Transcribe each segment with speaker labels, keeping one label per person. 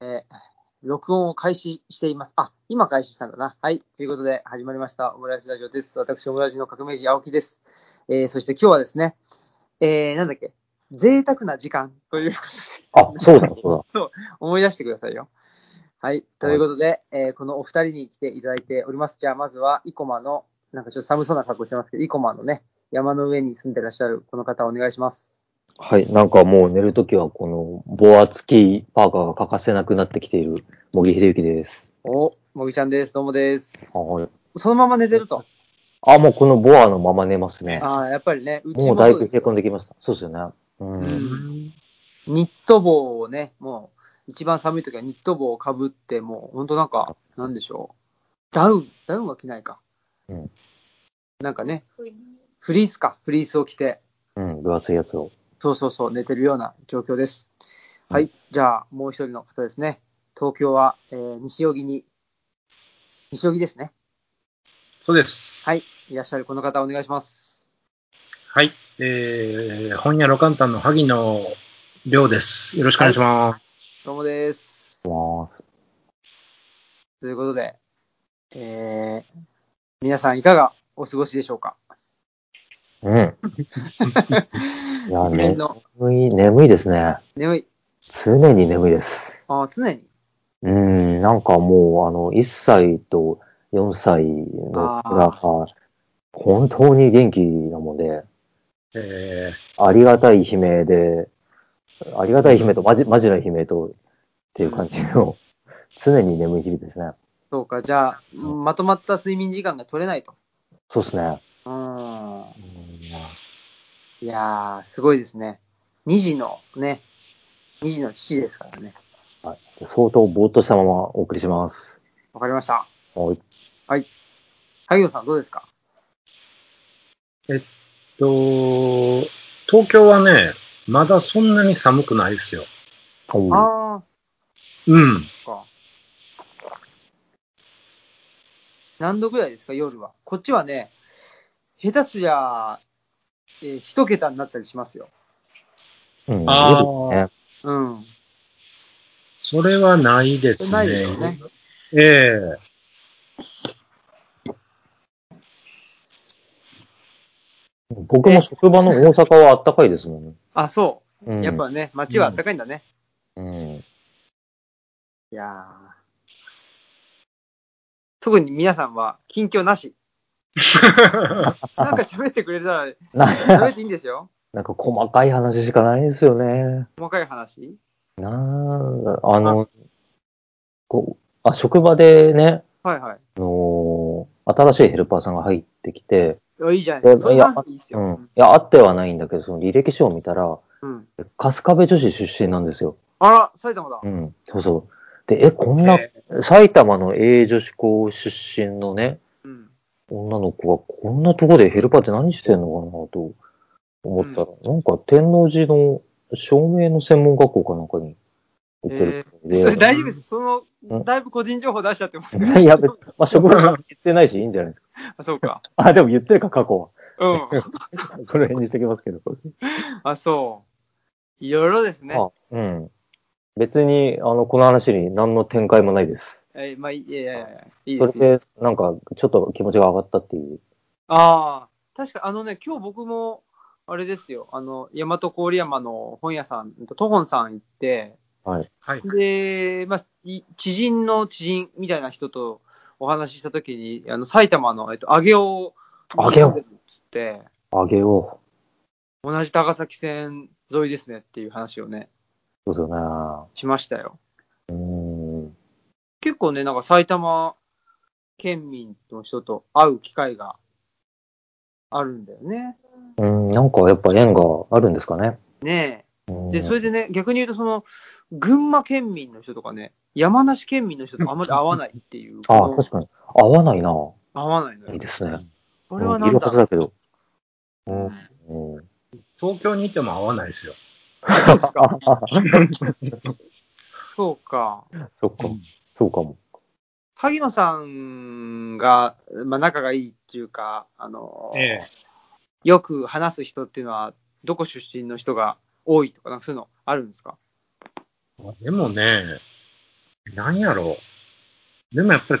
Speaker 1: えー録音を開始しています。あ、今開始したんだな。はい。ということで、始まりました、オムライスラジオです。私、オムライスの革命児、青木です。えーそして今日はですね、えーなんだっけ、贅沢な時間という ことで、
Speaker 2: あ、そうだ、そう
Speaker 1: 思い出してくださいよ。はい。ということで、えーこのお二人に来ていただいております。じゃあ、まずは、イコマの、なんかちょっと寒そうな格好してますけど、イコマのね、山の上に住んでらっしゃるこの方、お願いします。
Speaker 2: だ。はい、なんかもう寝るときは、この、ボア付きパーカーが欠かせなくなってきている、茂木秀幸です。
Speaker 1: お、もぎちゃんです。どうもです。
Speaker 2: はい。
Speaker 1: そのまま寝てると。
Speaker 2: あ、もうこのボアのまま寝ますね。
Speaker 1: ああ、やっぱりね、うち
Speaker 2: も
Speaker 1: も
Speaker 2: うだい
Speaker 1: そう
Speaker 2: ぶ
Speaker 1: で
Speaker 2: 冷え
Speaker 1: す
Speaker 2: 込んできました。そうですよね。う
Speaker 1: うん
Speaker 2: ん。
Speaker 1: ニット帽をね、もう、一番寒い時はニット帽をかぶって、もう、ほんとなんか、なんでしょう。ダウン、ダウンは着ないか。
Speaker 2: うん
Speaker 1: なんかね、フリースか、フリースを着て、
Speaker 2: うん、分厚いやつを。
Speaker 1: そうそうそう、寝てるような状況です。はい、じゃあ、もう一人の方ですね。東京は、えー西荻に、西荻ですね。
Speaker 3: そうです。
Speaker 1: はい、いらっしゃるこの方、お願いします。
Speaker 3: はい。えー、本屋ロカンタンの萩野亮です。よろしくお願いします。
Speaker 1: どうもです。
Speaker 2: わーす。
Speaker 1: ということで、えー、皆さんいかがお過ごしでしょうか
Speaker 2: うん。いや、
Speaker 1: 一年
Speaker 2: ね、
Speaker 1: の
Speaker 2: 眠い、眠いですね。
Speaker 1: 眠い。
Speaker 2: 常に眠いです。
Speaker 1: あー常に。
Speaker 2: うん、なんかもう、あの、1歳と4歳の子らが、本当に元気なもんで、
Speaker 3: え
Speaker 2: ありがたい悲鳴で、ありがたい悲鳴とマジ、マジな悲鳴と、っていう感じの、常に眠い日々ですね。
Speaker 1: そうか、じゃあ、
Speaker 2: う
Speaker 1: まとまった睡眠時間が取れないと。
Speaker 2: そうですね。
Speaker 1: うーん。いやー、すごいですね。2時のね、2時の父ですからね。
Speaker 2: はい、相当ぼーっとしたままお送りします。
Speaker 1: わかりました。
Speaker 2: はい。
Speaker 1: 萩野さん、どうですか
Speaker 3: ー、と、東京はね、まだそんなに寒くないですよ。
Speaker 2: うん
Speaker 1: あ
Speaker 3: うん。
Speaker 1: ー、そっか。何度ぐらいですか、夜は。こっちはね、下手すりゃ、えー一桁になったりしますよ。
Speaker 2: うん
Speaker 3: あー
Speaker 2: いいですね
Speaker 1: うん。
Speaker 3: それはないですね。
Speaker 1: ないですよね。
Speaker 3: ええ
Speaker 2: 僕も職場の大阪はあったかいですもんね。
Speaker 1: あ、そ
Speaker 2: うん
Speaker 1: う。やっ、ぱね、街は暖かいんだね。
Speaker 2: うん。
Speaker 1: いやー特に皆さんは近況な し。なんか喋ってくれたら、
Speaker 2: な
Speaker 1: 喋っていいんですよ。
Speaker 2: なんか細かい話しかないですよね。
Speaker 1: 細かい話。
Speaker 2: なあ、あの、こう、あ、職場でね、
Speaker 1: はいはい
Speaker 2: あのー新しいヘルパーさんが入ってきて、
Speaker 1: いや。いいじゃないですか。そう
Speaker 2: い
Speaker 1: いう
Speaker 2: や
Speaker 1: 話でいいです
Speaker 2: う
Speaker 1: よ
Speaker 2: ん。。いや、あってはないんだけど、その履歴書を見たら、
Speaker 1: うん。
Speaker 2: 春日部女子出身なんですよ。
Speaker 1: あら、埼玉だ
Speaker 2: う。ん。そうそう。で、え、こんな、
Speaker 3: え
Speaker 2: 埼玉の A 女子校出身のね、
Speaker 1: うん。
Speaker 2: 女の子がこんなとこでヘルパーって何してんのかなと思ったら、なんか天王寺の照明の専門学校かなんかに行ってるみたい
Speaker 1: それ
Speaker 2: で、
Speaker 1: 大丈夫です。その、
Speaker 2: ん
Speaker 1: だいぶ個人情報出しちゃってますけ
Speaker 2: いや、別にまあ、職場さん言ってないし、いいんじゃないですか。
Speaker 1: あ、そうか。
Speaker 2: あ、でも言ってるか、過去 は。
Speaker 1: うん。
Speaker 2: この辺にしてきますけど。
Speaker 1: あ、そう。いろいろですね。
Speaker 2: あうん。別に、あの、この話に何の展開もないです。
Speaker 1: えーまあ、いやいやいや、いい
Speaker 2: そ
Speaker 1: で
Speaker 2: れ
Speaker 1: すよ。
Speaker 2: で、なんか、ちょっと気持ちが上がったっていう。
Speaker 1: ああ、確かに、あのね、今日僕も、あれですよ。あの、大和郡山の本屋さん、トホンさん行って、
Speaker 2: はい。
Speaker 3: はい。
Speaker 1: で、まあ、い知人の知人みたいな人とお話ししたときに、あの、埼玉の、えっと、上尾
Speaker 2: 上尾
Speaker 1: つって、
Speaker 2: 上げよ
Speaker 1: 同じ高崎線沿いですねっていう話をね、
Speaker 2: う。そうだ
Speaker 1: しましたよ。
Speaker 2: すよね。うーん。
Speaker 1: 結構ね、なんか埼玉県民の人と会う機会があるんだよね。
Speaker 2: うん、なんかやっぱ縁があるんですかね。
Speaker 1: ね
Speaker 2: うん
Speaker 1: え。で、それでね、逆に言うと、その、群馬県民の人とかね、山梨県民の人とあんまり会わないっていう。
Speaker 2: あ、確かに。合わないな。
Speaker 1: 会わないの
Speaker 2: いい
Speaker 1: よ。
Speaker 2: ですね。
Speaker 1: これは
Speaker 2: うんい
Speaker 1: なん
Speaker 2: る
Speaker 1: だ
Speaker 2: はず
Speaker 1: ろ
Speaker 2: だけど。うん。
Speaker 1: う
Speaker 2: うん、
Speaker 3: 東京にいても合わないですよ。
Speaker 1: そうですか。 そうか。
Speaker 2: そっか。そうかも。
Speaker 1: 萩野さんが、まあ、仲がいいっていうか、あの、
Speaker 3: ええ
Speaker 1: よく話す人っていうのは、どこ出身の人が多いとか、なんかそういうのあるんですか
Speaker 3: でもね、なんやろう。でもやっぱり、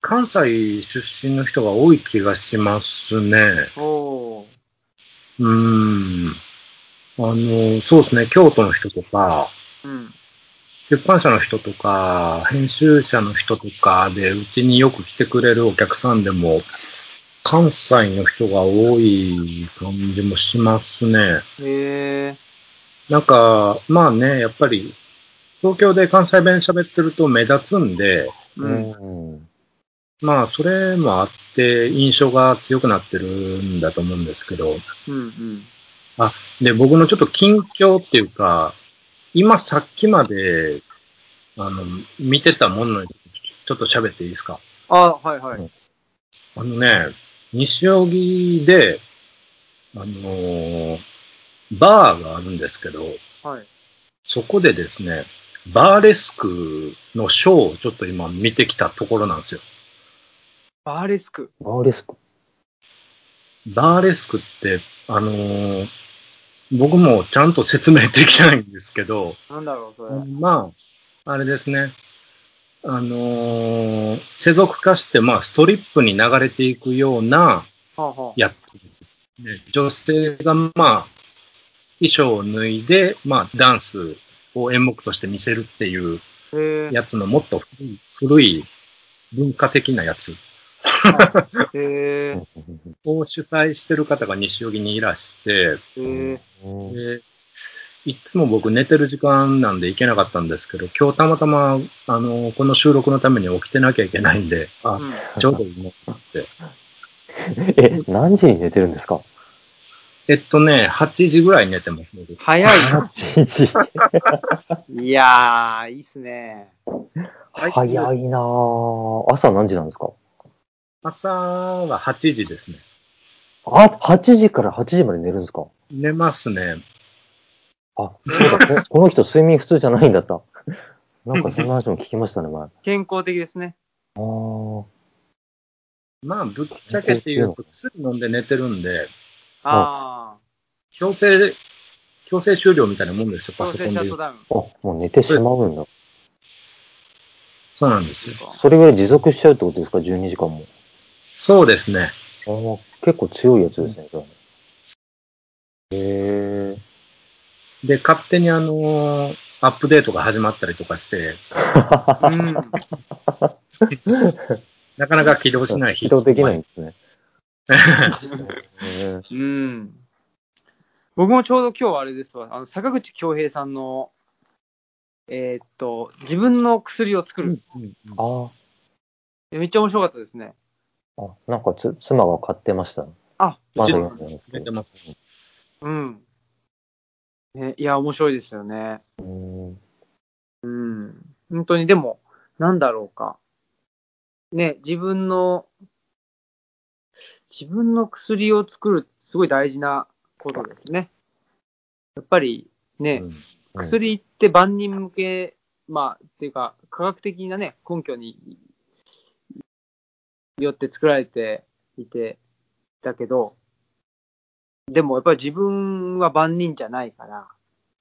Speaker 3: 関西出身の人が多い気がしますね。
Speaker 1: おー。
Speaker 3: うーん。あの、そうですね、京都の人とか、
Speaker 1: うん。
Speaker 3: 出版社の人とか、編集者の人とかで、うちによく来てくれるお客さんでも、関西の人が多い感じもしますね。
Speaker 1: へえ。
Speaker 3: なんか、まあね、やっぱり、東京で関西弁喋ってると目立つんで、
Speaker 1: うん。
Speaker 2: うん。
Speaker 3: まあ、それもあって、印象が強くなってるんだと思うんですけど、
Speaker 1: うん。うん。
Speaker 3: で、僕のちょっと近況っていうか、今さっきまで、あの、見てたものにちょっと喋っていいですか
Speaker 1: あ、はいはい。
Speaker 3: あのね、西荻で、あのーバーがあるんですけど、
Speaker 1: はい。
Speaker 3: そこでですね、バーレスクのショーをちょっと今見てきたところなんですよ。
Speaker 1: バーレスク。
Speaker 2: バーレスク。
Speaker 3: バーレスクって、あのー僕もちゃんと説明できないんですけど、
Speaker 1: なんだろう、それ。
Speaker 3: まあ、あれですね。あのー世俗化して、まあ、ストリップに流れていくような
Speaker 1: はあは
Speaker 3: やつですね。女性が、まあ、衣装を脱いで、まあ、ダンスを演目として見せるっていう
Speaker 1: あ。へえ。
Speaker 3: やつのもっと古い古い文化的なやつ
Speaker 1: はいへえ。
Speaker 3: を主催してる方が西荻にいらして、
Speaker 1: へえ。
Speaker 2: うん
Speaker 3: で、いつも僕寝てる時間なんで行けなかったんですけど、今日たまたま、あの、この収録のために起きてなきゃいけないんで、あ、
Speaker 1: うん。
Speaker 3: ちょうどいいなって。
Speaker 2: え、何時に寝てるん ですか
Speaker 3: えっとね、8時ぐらいに寝てます、僕
Speaker 1: 早い な。
Speaker 2: ?8 時。
Speaker 1: いやー、いいっすね。
Speaker 2: 早いなぁ。朝何時なんですか
Speaker 3: 朝は8時ですね。
Speaker 2: あ、8時から8時まで寝るんですか
Speaker 3: 寝ますね。
Speaker 2: あ、そうだ、こ この人睡眠普通じゃないんだった。 なんかそんな話も聞きましたね、前。あ
Speaker 1: 健康的ですね。
Speaker 2: ー
Speaker 3: まあ、ぶっちゃけて言うと、薬飲んで寝てるんで、
Speaker 1: あ
Speaker 3: 強制、強制終了みたいなもんですよ、
Speaker 1: あ。強
Speaker 3: パソコ
Speaker 1: 制
Speaker 3: ン
Speaker 1: シ
Speaker 3: で
Speaker 1: ャ
Speaker 3: 言
Speaker 1: ット
Speaker 3: うと。
Speaker 1: ダウン。
Speaker 2: あ、もう寝てしまうんだ。
Speaker 3: そうなんですよ。
Speaker 2: それぐらい持続しちゃうってことですか、12時間も。
Speaker 3: そうですね。
Speaker 2: あー結構強いやつですね、じゃあね。へえ。
Speaker 3: で、勝手にあのーアップデートが始まったりとかして、
Speaker 1: うん。
Speaker 3: なかなか起動しない
Speaker 2: 起動できないん ですね。へ
Speaker 1: うん。僕もちょうど今日あれですわ、あの坂口恭平さんの、えーっと、自分の薬を作る、
Speaker 2: ーあ
Speaker 1: めっちゃ面白かったですね。
Speaker 2: ーあ、なんかつ妻が買ってましたね。
Speaker 1: あ、
Speaker 2: まだ
Speaker 3: ち
Speaker 2: 読
Speaker 3: の
Speaker 2: んでないんです
Speaker 3: 寝
Speaker 2: け
Speaker 3: て
Speaker 2: ど
Speaker 3: ます。
Speaker 1: うん。ね、いや、面白いですよね。
Speaker 2: うん
Speaker 1: うん。本当に、でも、なんだろうか。ね、自分の、自分の薬を作る、すごい大事なことですね。やっぱり、ね、
Speaker 3: うん
Speaker 1: 薬って万人向け、まあ、っていうか、科学的なね、根拠によって作られていて、だけど、でもやっぱり自分は万人じゃないから、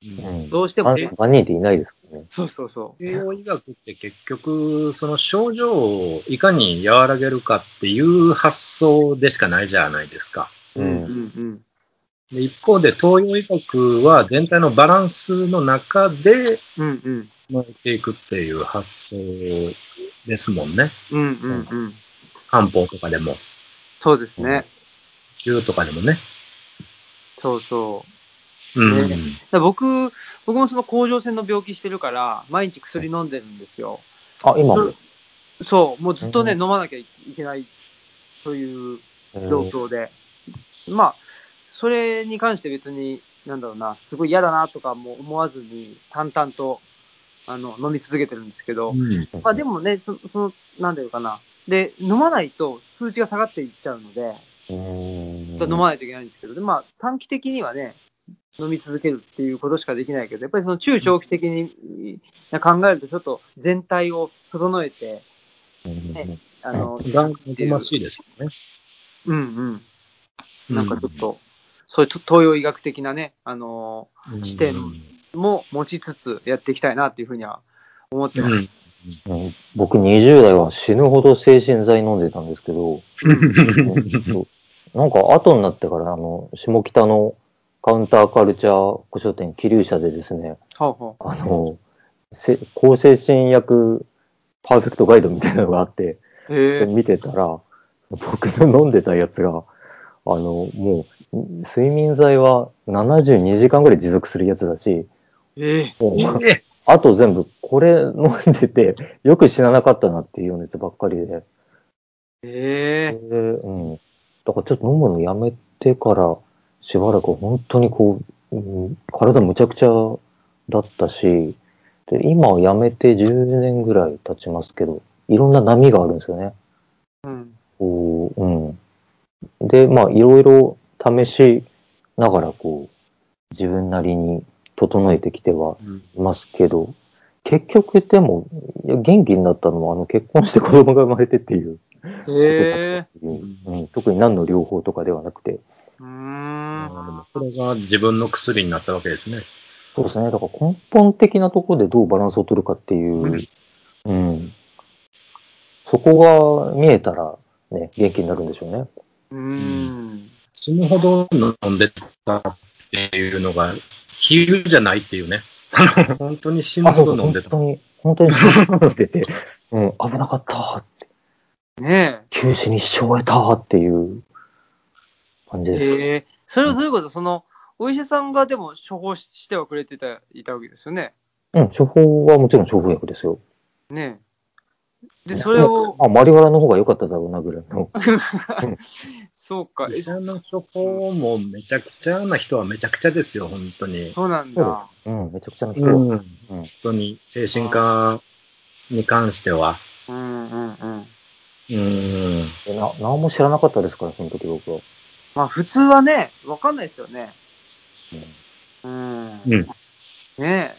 Speaker 2: うん。
Speaker 1: どうしてもね、
Speaker 2: 万人っていないですからね。
Speaker 1: そうそうそう。
Speaker 3: 栄養医学って結局、その症状をいかに和らげるかっていう発想でしかないじゃないですか。
Speaker 2: うん
Speaker 1: うんうん。
Speaker 3: で一方で東洋医学は全体のバランスの中で
Speaker 1: うんうん。
Speaker 3: 生まれていくっていう発想ですもんね。
Speaker 1: うんうんうん。
Speaker 3: 漢方とかでも、
Speaker 1: そうですね。
Speaker 3: 灸とかでもね。
Speaker 1: そうそう。
Speaker 3: う
Speaker 1: ねだ
Speaker 3: ん。
Speaker 1: から僕、僕もその甲状腺の病気してるから、毎日薬飲んでるんですよ。
Speaker 2: あ、今も。
Speaker 1: そう、もうずっとね、
Speaker 2: う
Speaker 1: 飲まなきゃいけないという状
Speaker 2: うん
Speaker 1: 況で、まあ、それに関して別に、なんだろうな、すごい嫌だなとかも思わずに、淡々とあの飲み続けてるんですけど、
Speaker 3: うん
Speaker 1: まあでもね、そその、なんていうかな、で、飲まないと数値が下がっていっちゃうので、
Speaker 2: うん
Speaker 1: 飲まないといけないんですけど、でまあ、短期的にはね、飲み続けるっていうことしかできないけど、やっぱりその中長期的に考えると、ちょっと全体を整えて、ねあの、
Speaker 3: がんがおこましいですよね。
Speaker 1: うんうん。なんかちょっと、そういうと東洋医学的なね、あの
Speaker 3: うん
Speaker 1: 視点も持ちつつやっていきたいなっていうふうには思ってます。
Speaker 3: うん
Speaker 2: うん僕20代は死ぬほど精神剤飲んでたんですけ ど、そうなんか後になってから、あの、下北のカウンターカルチャー古書店、気流社でですね、
Speaker 1: ほうほ
Speaker 2: あの、せ向精神薬パーフェクトガイドみたいなのがあって、
Speaker 1: う。へえ。
Speaker 2: 見てたら、僕の飲んでたやつが、あの、もう、睡眠剤は72時間ぐらい持続するやつだし、
Speaker 1: ええ。
Speaker 2: もう
Speaker 3: え
Speaker 2: あと全部これ飲んでて、よく死ななかったなっていうやつばっかりで。
Speaker 1: ええ。
Speaker 2: でうん。だからちょっと飲むのやめてからしばらく本当にこう、うん体むちゃくちゃだったし、で、今はやめて10年ぐらい経ちますけど、いろんな波があるんですよね。
Speaker 1: うん。
Speaker 2: こう、うん。で、まあ、いろいろ試しながら、こう、自分なりに整えてきてはいますけど、結局でも、いや元気になったのは、あの、結婚して子供が生まれてっていう
Speaker 1: ええ。
Speaker 2: うんうん、特に何の療法とかではなくて、
Speaker 1: うーん。
Speaker 3: これが自分の薬になったわけですね。
Speaker 2: そうですね、だから根本的なところでどうバランスを取るかっていう、うん、そこが見えたら、ね、元気になるんでしょうね。
Speaker 1: うーん。
Speaker 3: 死ぬほど飲んでたっていうのが、比喩じゃないっていうね。あの本当に死ぬ
Speaker 2: あ、そ
Speaker 3: ほ
Speaker 2: うそ
Speaker 3: ど
Speaker 2: う、
Speaker 3: 飲
Speaker 2: 本
Speaker 3: んでた。
Speaker 2: 当に、本当に飲 んでて、うん、危なかった、
Speaker 1: ね
Speaker 2: 九死に一生を得たっていう感じ
Speaker 1: え。
Speaker 2: です。
Speaker 1: ええ。それはどういうことその、お医者さんがでも処方ししてはくれてた、いたわけですよね。
Speaker 2: うん、処方はもちろん処方薬ですよ。
Speaker 1: ねえ。で、それを、
Speaker 2: あ、マリワラの方が良かっただろうなぐらいの。
Speaker 1: そうか。え
Speaker 3: 医者の処方もめちゃくちゃな人はめちゃくちゃですよ、本当に。
Speaker 1: そうなんだ。
Speaker 2: うん、めちゃくちゃな人。
Speaker 3: うん。
Speaker 2: うん
Speaker 3: 本当に、精神科に関しては。
Speaker 1: うんうんうん。
Speaker 3: うん。
Speaker 2: でな何も知らなかったですから、その時僕は。
Speaker 1: まあ普通はね、わかんないですよね。うん。
Speaker 3: うん
Speaker 1: ねえ。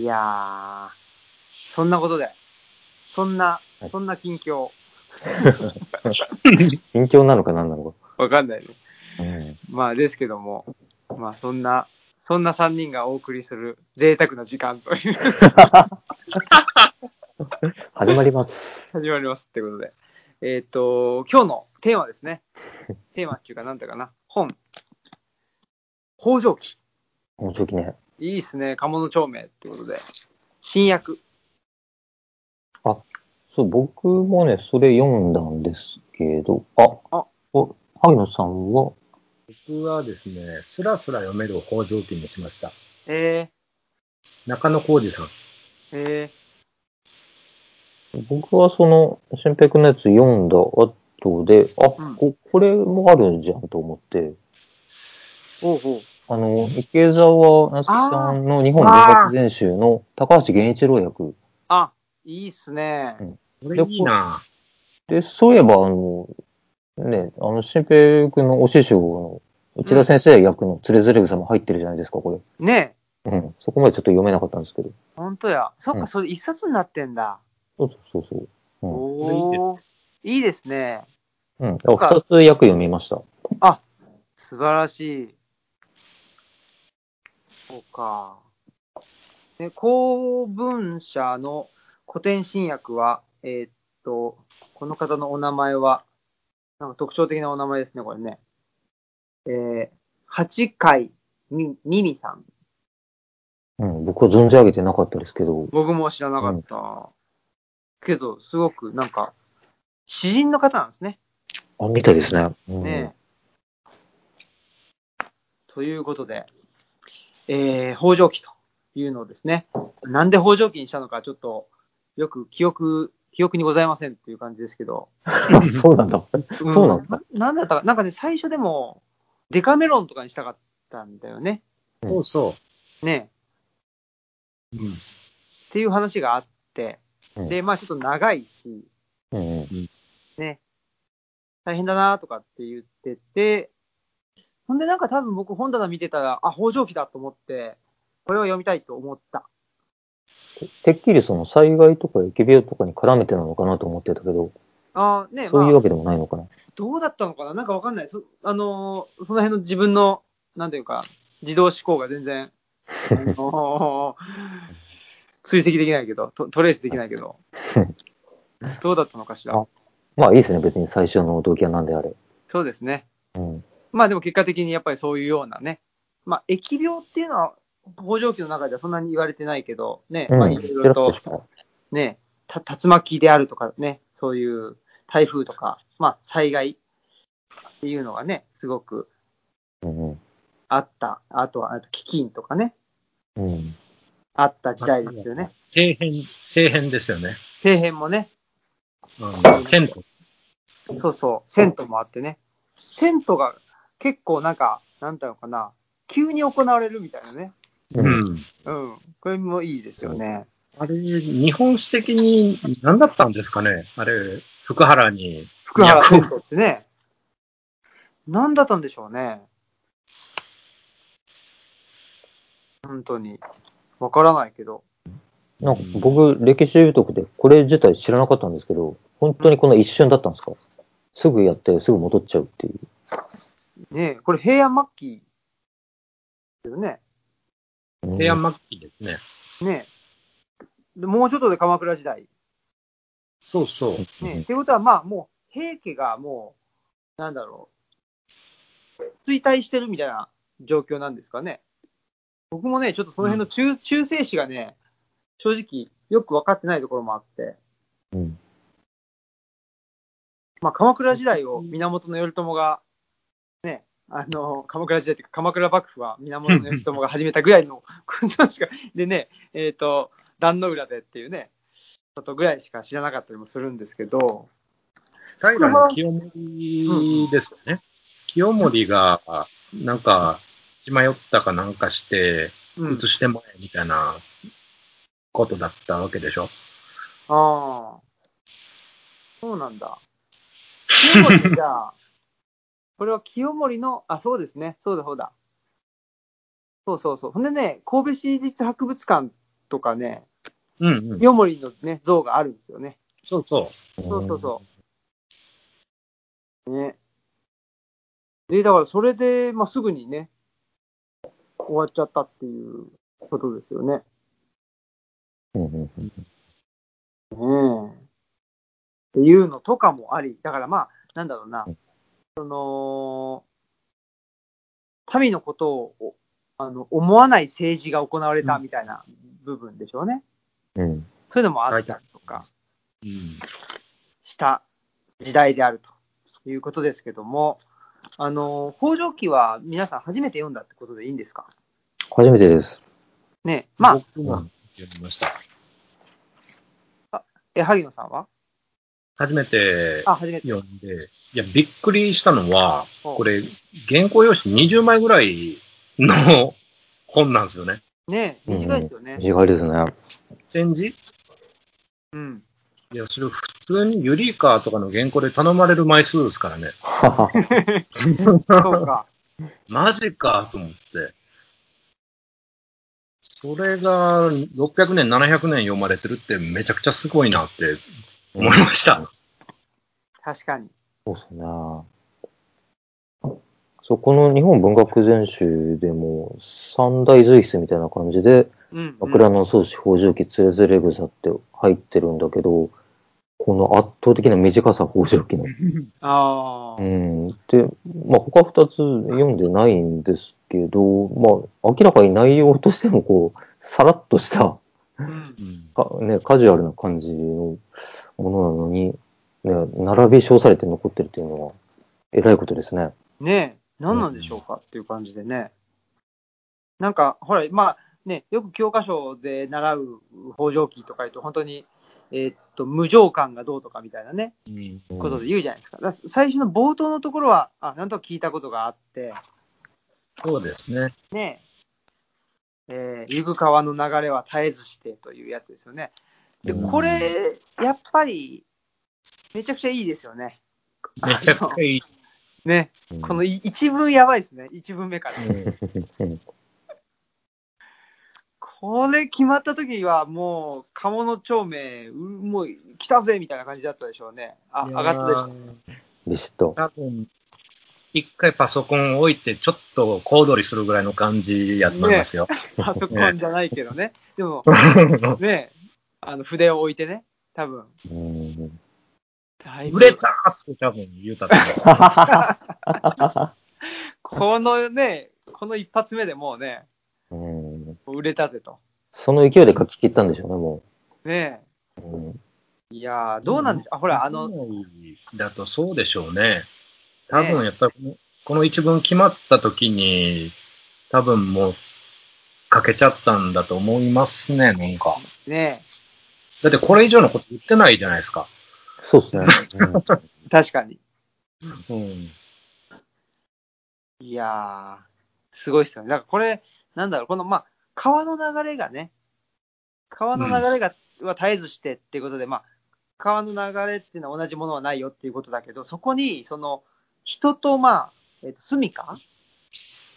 Speaker 1: いやー、そんなことで、そんな
Speaker 2: は、い
Speaker 1: そんな近況、
Speaker 2: 近況なのか何なの
Speaker 1: わかんないね。
Speaker 2: か。うん。
Speaker 1: まあですけども、まあそんな、そんな3人がお送りする贅沢な時間という
Speaker 2: 始まります。
Speaker 1: 始まりますってことで。えっ、と、今日のテーマですね。テーマっていうかなんだかな。本。工場記。
Speaker 2: この時ね。
Speaker 1: いいっすね。鴨の町名ってことで。新薬。
Speaker 2: そう、僕もね、それ読んだんですけど、あ、
Speaker 1: あ
Speaker 2: お、萩野さんは、
Speaker 3: 僕はですね、スラスラ読める北条記にしました。
Speaker 1: え
Speaker 3: 中野浩二さん。
Speaker 1: ー、え
Speaker 2: 僕はその、俊平君のやつ読んだ後で、あ、
Speaker 1: うん
Speaker 2: ここれもあるじゃんと思って、
Speaker 1: ー、おうおう。
Speaker 2: あの、池澤夏樹さんの日本文学全集の高橋源一郎役。
Speaker 1: あ、いいっすね。
Speaker 3: これいいな
Speaker 2: で、そういえば、あの、ね、あの、新平君のお師匠の内田先生役のつれづれ草も入ってるじゃないですか、こ
Speaker 1: ねえ、
Speaker 2: れ。うん。そこまでちょっと読めなかったんですけど。
Speaker 1: ほんとや。そっ
Speaker 2: う
Speaker 1: か、
Speaker 2: ん
Speaker 1: それ一冊になってんだ。
Speaker 2: そうそうそうそう。うん
Speaker 1: おおいいですね。
Speaker 2: うん。あ二つ役読みました。
Speaker 1: 素晴らしい。そうか。で公文社の古典新薬は、えーっと、この方のお名前は、なんか特徴的なお名前ですね、これね。えー、八海みみみさん。
Speaker 2: うん。僕は存じ上げてなかったですけど。
Speaker 1: 僕も知らなかった。けど、すごくなんか、詩人の方なんですね。
Speaker 2: あ、見たいですね。うん、
Speaker 1: ねえということで、えー、北条記というのをですね、なんで北条記にしたのか、ちょっとよく記憶、記憶にございませんっていう感じですけど、
Speaker 2: あ そうなんだ。そうなんだ。
Speaker 1: ななんだったか、なんかね、最初でも、デカメロンとかにしたかったんだよね。
Speaker 2: うん
Speaker 3: そうそ
Speaker 1: ね
Speaker 3: う。うん。
Speaker 1: えっていう話があって、
Speaker 2: うん
Speaker 1: で、まあちょっと長いし、
Speaker 2: うんうん。
Speaker 1: ね、大変だなとかって言ってて、ほんでなんか多分僕本棚見てたら、あ、北条記だと思って、これを読みたいと思った。
Speaker 2: てっきりその災害とか疫病とかに絡めてなのかなと思ってたけど、
Speaker 1: あーね、
Speaker 2: そ
Speaker 1: ま
Speaker 2: ういうわ
Speaker 1: あ、
Speaker 2: けでもないのかな。
Speaker 1: どうだったのかななんかわかんない。そあのーその辺の自分の、なんていうか、自動思考が全然、あのー 追跡できないけど、トトレースできないけど。どうだったのかしら
Speaker 2: あ。まあいいですね、別に最初の動機はなんであれ。
Speaker 1: そうですね。
Speaker 2: うん。
Speaker 1: まあでも結果的にやっぱりそういうようなね、まあ疫病っていうのは、北条記の中ではそんなに言われてないけど、ね、
Speaker 2: う
Speaker 1: まあ
Speaker 2: ん。
Speaker 1: いろ
Speaker 2: ち
Speaker 1: い
Speaker 2: ら
Speaker 1: ろ
Speaker 2: っと
Speaker 1: と
Speaker 2: し、か。
Speaker 1: ね、た竜巻であるとかね、そういう台風とか、まあ災害っていうのがね、すごく
Speaker 2: うんうん。
Speaker 1: あった。あとは、あと飢饉とかね、
Speaker 2: うん。
Speaker 1: あった時代ですよね。
Speaker 3: 底辺、底辺ですよね。
Speaker 1: 底辺もね、
Speaker 3: うん。銭湯。
Speaker 1: そうそう、銭湯もあってね。銭湯が結構なんか、なんていうのかな、急に行われるみたいなね。
Speaker 3: う
Speaker 2: うん。
Speaker 1: う
Speaker 3: ん。
Speaker 1: ん。これもいいですよね。
Speaker 3: あれ、日本史的に何だったんですかねあれ、福原に。
Speaker 1: 福原
Speaker 3: いや
Speaker 1: 銭
Speaker 3: こ
Speaker 1: 湯ってね。何だったんでしょうね。本当に。わからないけど。
Speaker 2: なんか僕、歴史習得でこれ自体知らなかったんですけど、本当にこの一瞬だったんですかすぐやって、すぐ戻っちゃうっていう。
Speaker 1: ねえこれ平安末期だよね。
Speaker 2: うん
Speaker 3: 平安末期ですね。
Speaker 1: ねえでもうちょっとで鎌倉時代。
Speaker 3: そうそう。
Speaker 1: ねえってことは、まあ、もう、平家がもう、なんだろう、衰退してるみたいな状況なんですかね。僕もね、ちょっとその辺の中,、中世史がね、正直、よく分かってないところもあって、
Speaker 2: うん。
Speaker 1: まあ、鎌倉時代を源頼朝が、ね、あの、鎌倉時代っていうか、鎌倉幕府は源頼朝が始めたぐらいの、ことしか、でね、えっ、と、壇ノ浦でっていうね、ことぐらいしか知らなかったりもするんですけど、
Speaker 3: 平清盛ですね。清盛が、なんか、血迷ったかなんかして、
Speaker 1: うん
Speaker 3: 移してもらえみたいなことだったわけでしょ。
Speaker 1: ああ。そうなんだ。清盛じゃあ、これは清盛の、あ、そうですね。そうだ、そうだ。そうそうそう。ほんでね、神戸市立博物館とかね、
Speaker 3: うんうん。
Speaker 1: 清盛のね、像があるんですよね。
Speaker 3: そうそ
Speaker 1: そうそうそう。ね。で、だからそれで、まあ、すぐにね、終わっちゃったっていうことですよね。
Speaker 2: うん。うんうん
Speaker 1: ねえ。っていうのとかもあり、だからまあ、なんだろうな
Speaker 2: うん、
Speaker 1: その、民のことをおあの思わない政治が行われたみたいな部分でしょうね。
Speaker 2: うん。
Speaker 1: そういうのもあったりと
Speaker 3: は
Speaker 1: か
Speaker 3: う。うん。
Speaker 1: した時代であるということですけども、あのー、北条記は皆さん初めて読んだってことでいいんですか
Speaker 2: 初めてです。
Speaker 1: ねえまあ、
Speaker 3: 僕も読みました。
Speaker 1: え、萩野さんは
Speaker 3: 初めて
Speaker 1: あ、初めて。
Speaker 3: 読んで、いや、びっくりしたのは、
Speaker 1: お
Speaker 3: これ、原稿用紙20枚ぐらいの本なんですよね。
Speaker 1: ねえ短いですよね。
Speaker 2: 意外ですね。
Speaker 3: 展示
Speaker 1: うん。
Speaker 3: いや、それ普通にユリーカーとかの原稿で頼まれる枚数ですからね。
Speaker 2: はは
Speaker 1: そうか。
Speaker 3: マジかと思って。それが600年、700年読まれてるってめちゃくちゃすごいなって思いました。
Speaker 1: 確かに。
Speaker 2: そうっすね。そこの日本文学全集でも三大随筆みたいな感じで、
Speaker 1: うん、うん。
Speaker 2: 枕草子、北条記、つれづれ草って入ってるんだけど、この圧倒的な短さ、北条記の。
Speaker 1: ああ
Speaker 2: う。ん。で、まあ他二つ読んでないんですけど、まあ明らかに内容としてもこう、さらっとした、
Speaker 1: うん
Speaker 3: うん
Speaker 2: かね、カジュアルな感じのものなのに、ね、並び称されて残ってるっていうのは、偉いことですね。
Speaker 1: ねえ、何なんでしょうかっていう感じでね。なんか、ほら、まあね、よく教科書で習う北条記とか言うと、本当に、えーっと、無情感がどうとかみたいなね、
Speaker 2: うん
Speaker 1: ことで言うじゃないですか。だから最初の冒頭のところは、あ、なんとか聞いたことがあって、
Speaker 3: そうですね。
Speaker 1: ねえ、えー、行く川の流れは絶えずしてというやつですよね。で、
Speaker 2: うん
Speaker 1: これ、やっぱり、めちゃくちゃいいですよね。
Speaker 3: めちゃくちゃいい。
Speaker 1: ね、このい一文やばいですね、一文目から。
Speaker 2: うん
Speaker 1: これ決まった時は、もう、鴨の町名、うもう来たぜみたいな感じだったでしょうね。あ、上がったでしょう。
Speaker 3: いやー
Speaker 2: ビシッと。
Speaker 3: 多分、一回パソコンを置いて、ちょっと小躍りするぐらいの感じやと思いますよ。
Speaker 1: パソコンじゃないけどね。で も、ね、あの、筆を置いてね、多分。
Speaker 2: うん。
Speaker 1: 大
Speaker 3: 売れたって多分言うたと思 います。
Speaker 1: このね、この一発目でもうね、
Speaker 2: うん。
Speaker 1: 売れたぜと。
Speaker 2: その勢いで書き切ったんでしょうね、も
Speaker 1: ね
Speaker 2: う。うん。
Speaker 1: いやー、どうなんでしょう。あ、ほら、あの、、
Speaker 3: だとそうでしょうね。多分やっぱりこの、この一文決まった時に、多分もう、かけちゃったんだと思いますね、なんか。
Speaker 1: ね
Speaker 3: だってこれ以上のこと言ってないじゃないですか。
Speaker 2: そうですね。うん
Speaker 1: 確かに。
Speaker 3: うん。
Speaker 1: いやー、すごいっすよね。なんかこれ、なんだろう、この、まあ、川の流れがね、川の流れが、は絶えずしてっていうことで、まあ、川の流れっていうのは同じものはないよっていうことだけど、そこに、その、人と、まあ、えっ、と、住みか、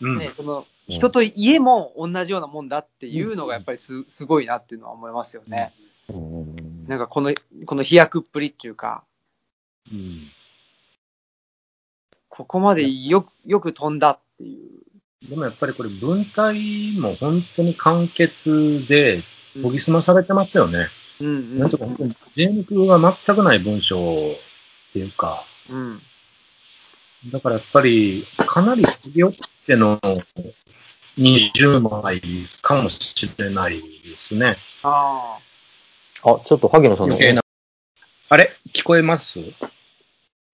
Speaker 3: うん。
Speaker 1: ね、その
Speaker 2: うん
Speaker 1: 人と家も同じようなもんだっていうのがやっぱりすすごいなっていうのは思いますよね。
Speaker 2: うん
Speaker 1: なんかこのこの飛躍っぷりっていうか、
Speaker 3: うん
Speaker 1: ここまでよくよく飛んだっていう。
Speaker 3: でもやっぱりこれ文体も本当に簡潔で
Speaker 1: うん
Speaker 3: 研ぎ澄まされてますよね。
Speaker 1: うんうん
Speaker 3: なんとか本当に人空が全くない文章っていうか、
Speaker 1: うん
Speaker 3: だからやっぱりかなりすり寄っての20枚かもしれないですね。
Speaker 1: あ
Speaker 2: あ、ちょっと萩野さんの
Speaker 3: 余計な。あれ聞こえます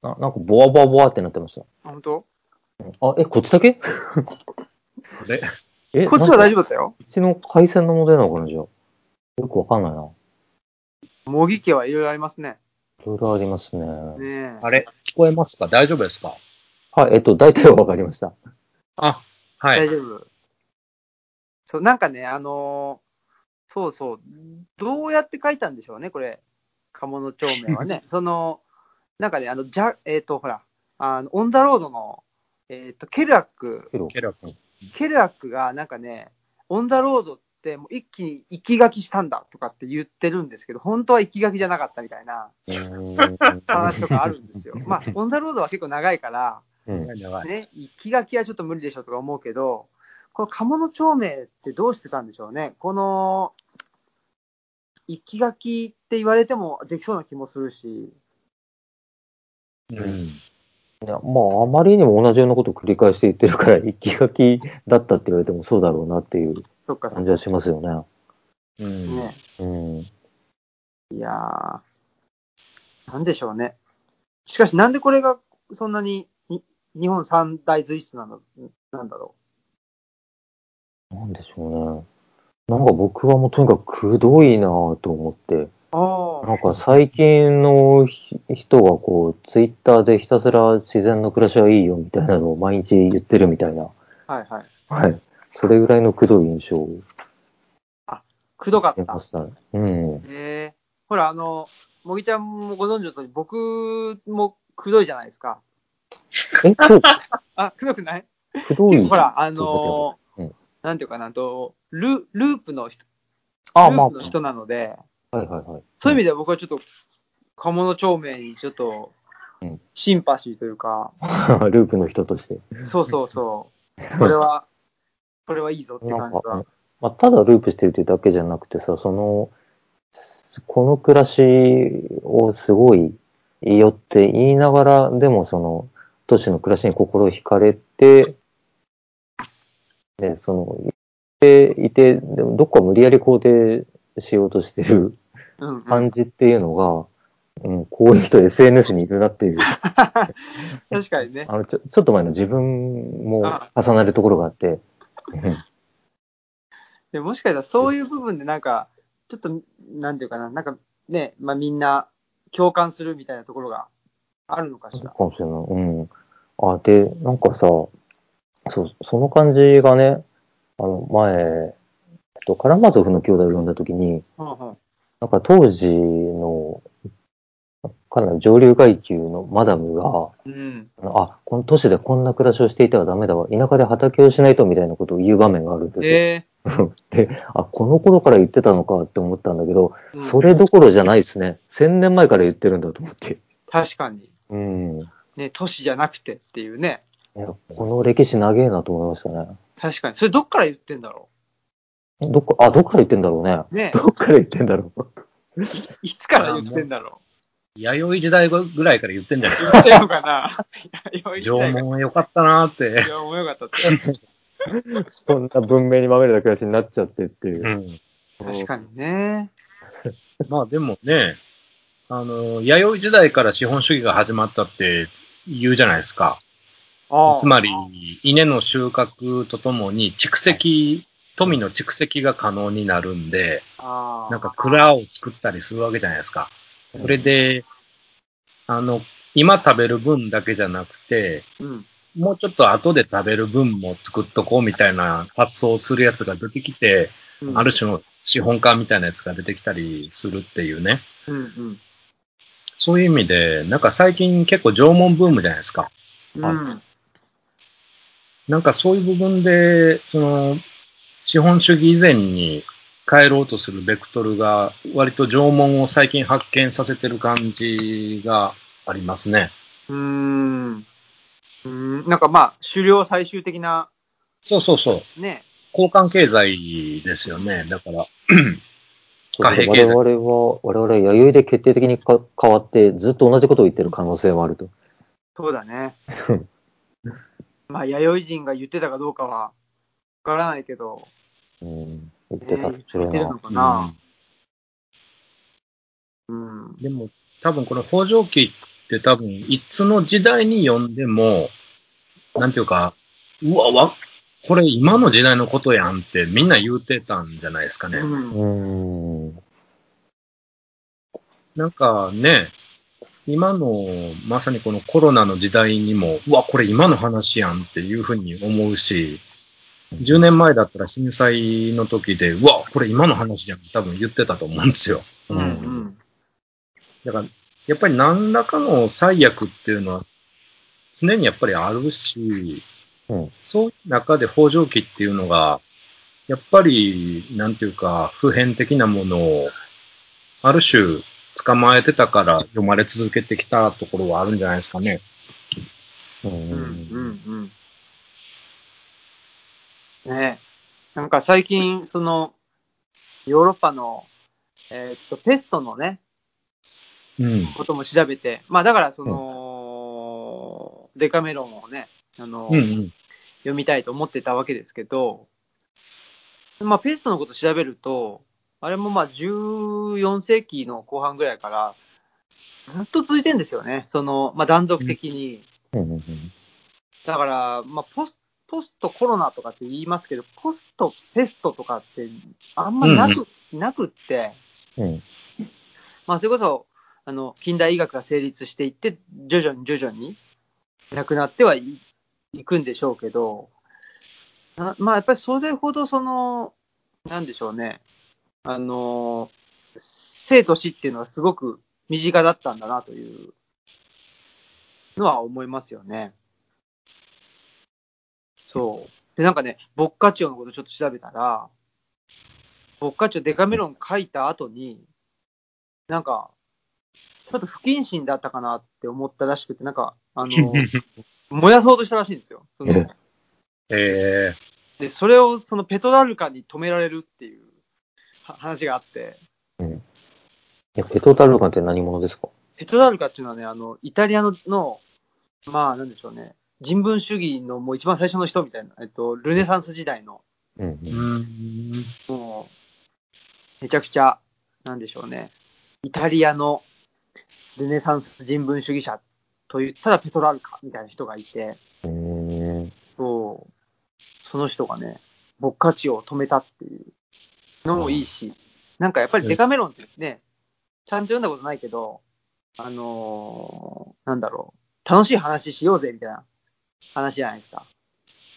Speaker 2: あなんかボワボワボワってなってました。
Speaker 1: あ、本当
Speaker 2: あ、え、こっちだけ
Speaker 3: あれ
Speaker 2: え、
Speaker 1: こっちは大丈夫
Speaker 2: 丈夫
Speaker 1: だったよ。
Speaker 2: うちの回線の問題なのかな、じゃあ。よくわかんないな。
Speaker 1: 模擬家はいろいろありますね。
Speaker 2: いろいろありますね。
Speaker 1: ねえ
Speaker 3: あれ聞こえますか大丈夫ですか
Speaker 2: はい、えっと、大体はわかりました。
Speaker 3: あ、は
Speaker 1: 大
Speaker 3: い。
Speaker 1: 丈夫。そう、なんかね、あのーそうそう、どうやって書いたんでしょうね、これ、鴨の帳面はね。その、なんかね、あの、じゃ、えっ、と、ほら、あの、オンザロードの、えっ、と、ケルアック、
Speaker 2: けど、
Speaker 3: ケラ君。
Speaker 1: ケルアックが、なんかね、オンザロードって、もう一気に生き書きしたんだとかって言ってるんですけど、本当は生き書きじゃなかったみたいな
Speaker 2: うーん
Speaker 1: 話とかあるんですよ。まあ、オンザロードは結構長いから、
Speaker 2: うん
Speaker 3: 長い
Speaker 1: ね、生き書きはちょっと無理でしょとか思うけど、この鴨の町名ってどうしてたんでしょうね。この、生き書きって言われてもできそうな気もするし、
Speaker 2: う
Speaker 3: うん
Speaker 2: んいやまあ、あまりにも同じようなことを繰り返して言ってるから、生き書きだったって言われてもそうだろうなっていう
Speaker 1: そっかそ
Speaker 2: 感
Speaker 1: っ
Speaker 2: じはしますよ
Speaker 3: うん
Speaker 1: かね。
Speaker 2: ね。うん。
Speaker 1: いやー、なんでしょうね。しかしなんでこれがそんなにに日本三大随筆なんだなんだろ
Speaker 2: なんでしょうね。なんか僕はもうとにかくくどいなぁと思って、
Speaker 1: う。あ
Speaker 2: な
Speaker 1: あ、
Speaker 2: んか最近のひ人がこう、ツイッターでひたすら自然の暮らしはいいよみたいなのを毎日言ってるみたいな。
Speaker 1: はいはい。
Speaker 2: はい。それぐらいのくどい印象を
Speaker 1: くどかっ
Speaker 2: 受け
Speaker 1: た
Speaker 2: ま。したね。うん。
Speaker 1: ええほら、あの、もぎちゃんもご存知の通り、僕もくどいじゃないですか。
Speaker 2: え、そう、
Speaker 1: あ、くどくない
Speaker 2: くど い。
Speaker 1: ほら、あのー
Speaker 2: うん
Speaker 1: なんていうかな、とルループの人
Speaker 2: あ、
Speaker 1: ル
Speaker 2: まあ
Speaker 1: ープの、人なので、
Speaker 2: はいはいはい。
Speaker 1: そういう意味では僕はちょっと、鴨の町名にちょっと
Speaker 2: うん、
Speaker 1: シンパシーというか、
Speaker 2: ループの人として。
Speaker 1: そうそうそう、これは、これはいいぞって
Speaker 2: な
Speaker 1: 感
Speaker 2: ん
Speaker 1: じが
Speaker 2: か、、まあ、ただループしてるってだけじゃなくてさ、その、この暮らしをすごいいいよって言いながら、でもその、都市の暮らしに心を惹かれて、で、その、いて、いて、でもどっか無理やり肯定しようとしてる
Speaker 1: うんうん
Speaker 2: 感じっていうのが、うん、こういう人 SNS にいるなっていう、あ
Speaker 1: 確かにね、
Speaker 2: の、ちょ、ちょっと前の自分も重なるところがあって、うん
Speaker 1: でもしかしたらそういう部分で、なんか、ちょっと、なんていうかな、なんかね、まあ、みんな共感するみたいなところがあるのかしら。
Speaker 2: かもしれない。うん。あ、で、なんかさ、そう、その感じがね、あの、前、えっと、カラマゾフの兄弟を読んだときに、
Speaker 1: うんうん
Speaker 2: なんか当時の、かなり上流階級のマダムが、
Speaker 1: うん、
Speaker 2: あのあ、この都市でこんな暮らしをしていてはダメだわ、田舎で畑をしないとみたいなことを言う場面があるんですよ。
Speaker 1: え
Speaker 2: で、あ、この頃から言ってたのかって思ったんだけど、
Speaker 1: ーうん
Speaker 2: それどころじゃないですね。千年前から言ってるんだと思って。
Speaker 1: 確かに。
Speaker 2: うん。
Speaker 1: ね、都市じゃなくてっていうね。
Speaker 2: いや、この歴史長えなと思いましたね。
Speaker 1: 確かに。それどっから言ってんだろ
Speaker 2: どっか、あ、どっから言ってんだろうね。
Speaker 1: うね
Speaker 2: どっから言ってんだろう。
Speaker 1: いつから言ってんだろ
Speaker 3: 弥生時代ぐらいから言ってんじゃないう
Speaker 1: 言ってんのかな 弥生時
Speaker 3: 縄
Speaker 1: 代が。
Speaker 3: 文は良かったなーっ
Speaker 1: い
Speaker 3: て。
Speaker 1: や、面白かった って。
Speaker 2: こんな文明にまみれた暮らしになっちゃってっていうう。
Speaker 3: ん。
Speaker 1: 確かにね。
Speaker 3: まあでもね、あの、弥生時代から資本主義が始まったって言うじゃないですか。
Speaker 1: ああ
Speaker 3: つまり、稲の収穫とともに蓄積、富の蓄積が可能になるんで、
Speaker 1: ああ
Speaker 3: なんか、蔵を作ったりするわけじゃないですか。それで、あの、今食べる分だけじゃなくて、
Speaker 1: うん。
Speaker 3: もうちょっと後で食べる分も作っとこうみたいな発想をするやつが出てきて、
Speaker 1: うん
Speaker 3: ある種の資本家みたいなやつが出てきたりするっていうね。
Speaker 1: うんうん。
Speaker 3: そういう意味で、なんか最近結構縄文ブームじゃないですか。
Speaker 1: うん。
Speaker 3: なんかそういう部分で、その、資本主義以前に変えろうとするベクトルが、割と縄文を最近発見させてる感じがありますね。
Speaker 1: うーん。うーんなんかまあ、狩猟最終的な、
Speaker 3: そうそうそう。
Speaker 1: ね。
Speaker 3: 交換経済ですよね。だから、
Speaker 2: そう
Speaker 3: 貨幣
Speaker 2: 我
Speaker 3: 経済
Speaker 2: 々は、我々は弥生で決定的にか変わって、ずっと同じことを言ってる可能性もあると。
Speaker 1: そうだね。 まあ、弥生人が言ってたかどうかは、わからないけど、
Speaker 2: うん、言っ
Speaker 1: ね
Speaker 2: てたっぽい
Speaker 1: 言ってる
Speaker 2: な
Speaker 1: の。かな。うん。
Speaker 3: でも、多分この北条記って多分、いつの時代に読んでも、なんていうか、うわ、わ、これ今の時代のことやんってみんな言うてたんじゃないですかね。
Speaker 1: うん
Speaker 2: うん。
Speaker 3: なんかね、今の、まさにこのコロナの時代にも、うわ、これ今の話やんっていうふうに思うし、10年前だったら震災の時で、うわ、これ今の話やんって多分言ってたと思うんですよ。
Speaker 1: うんうん。
Speaker 3: だから、やっぱり何らかの最悪っていうのは、常にやっぱりあるし、
Speaker 2: うん
Speaker 3: そういう中で北条記っていうのが、やっぱり、なんていうか、普遍的なものを、ある種、捕まえてたから読まれ続けてきたところはあるんじゃないですかね。
Speaker 2: う
Speaker 1: うん
Speaker 2: ん。
Speaker 1: うんうん。ねなんか最近、その、ヨーロッパの、えーっと、ペストのね、
Speaker 3: うん。
Speaker 1: ことも調べて、まあだからその、デカメロンをね、あの、
Speaker 3: うんうん。
Speaker 1: 読みたいと思ってたわけですけど、まあペストのこと調べると、あれもまあ14世紀の後半ぐらいから、ずっと続いてんですよね。その、まあ断続的に。
Speaker 2: うんうん
Speaker 1: だから、まあ、ポスポストコロナとかって言いますけど、ポストペストとかってあんまなく、なくって、
Speaker 2: うん。
Speaker 1: まあ、それこそ、あの、近代医学が成立していって、徐々に徐々になくなってはい、いくんでしょうけど、なまあ、やっぱりそれほどその、なんでしょうね、あの、生と死っていうのはすごく身近だったんだなというのは思いますよね。そう。で、なんかね、ボッカチオのことちょっと調べたら、ボッカチオデカメロン書いた後に、なんか、ちょっと不謹慎だったかなって思ったらしくて、なんか、あ の、燃やそうとしたらしいんですよ。その
Speaker 2: え
Speaker 3: え
Speaker 1: で、それをそのペトラルカに止められるっていうは話があって、
Speaker 2: いや、ペトータルカンって何者ですか
Speaker 1: ペトラルカっていうのはね、あの、イタリアの、のまあ、なんでしょうね、人文主義のもう一番最初の人みたいな、えっと、ルネサンス時代の、
Speaker 2: うん
Speaker 3: ー、うん。
Speaker 1: もう、めちゃくちゃ、なんでしょうね、イタリアのルネサンス人文主義者と言ったらペトラルカみたいな人がいて、
Speaker 2: うん。うん
Speaker 1: そう、その人がね、ボッカチを止めたっていうのもいいし、なんかやっぱりデカメロンってね、ちゃんと読んだことないけど、あのーなんだろう、楽しい話しようぜみたいな話じゃないですか。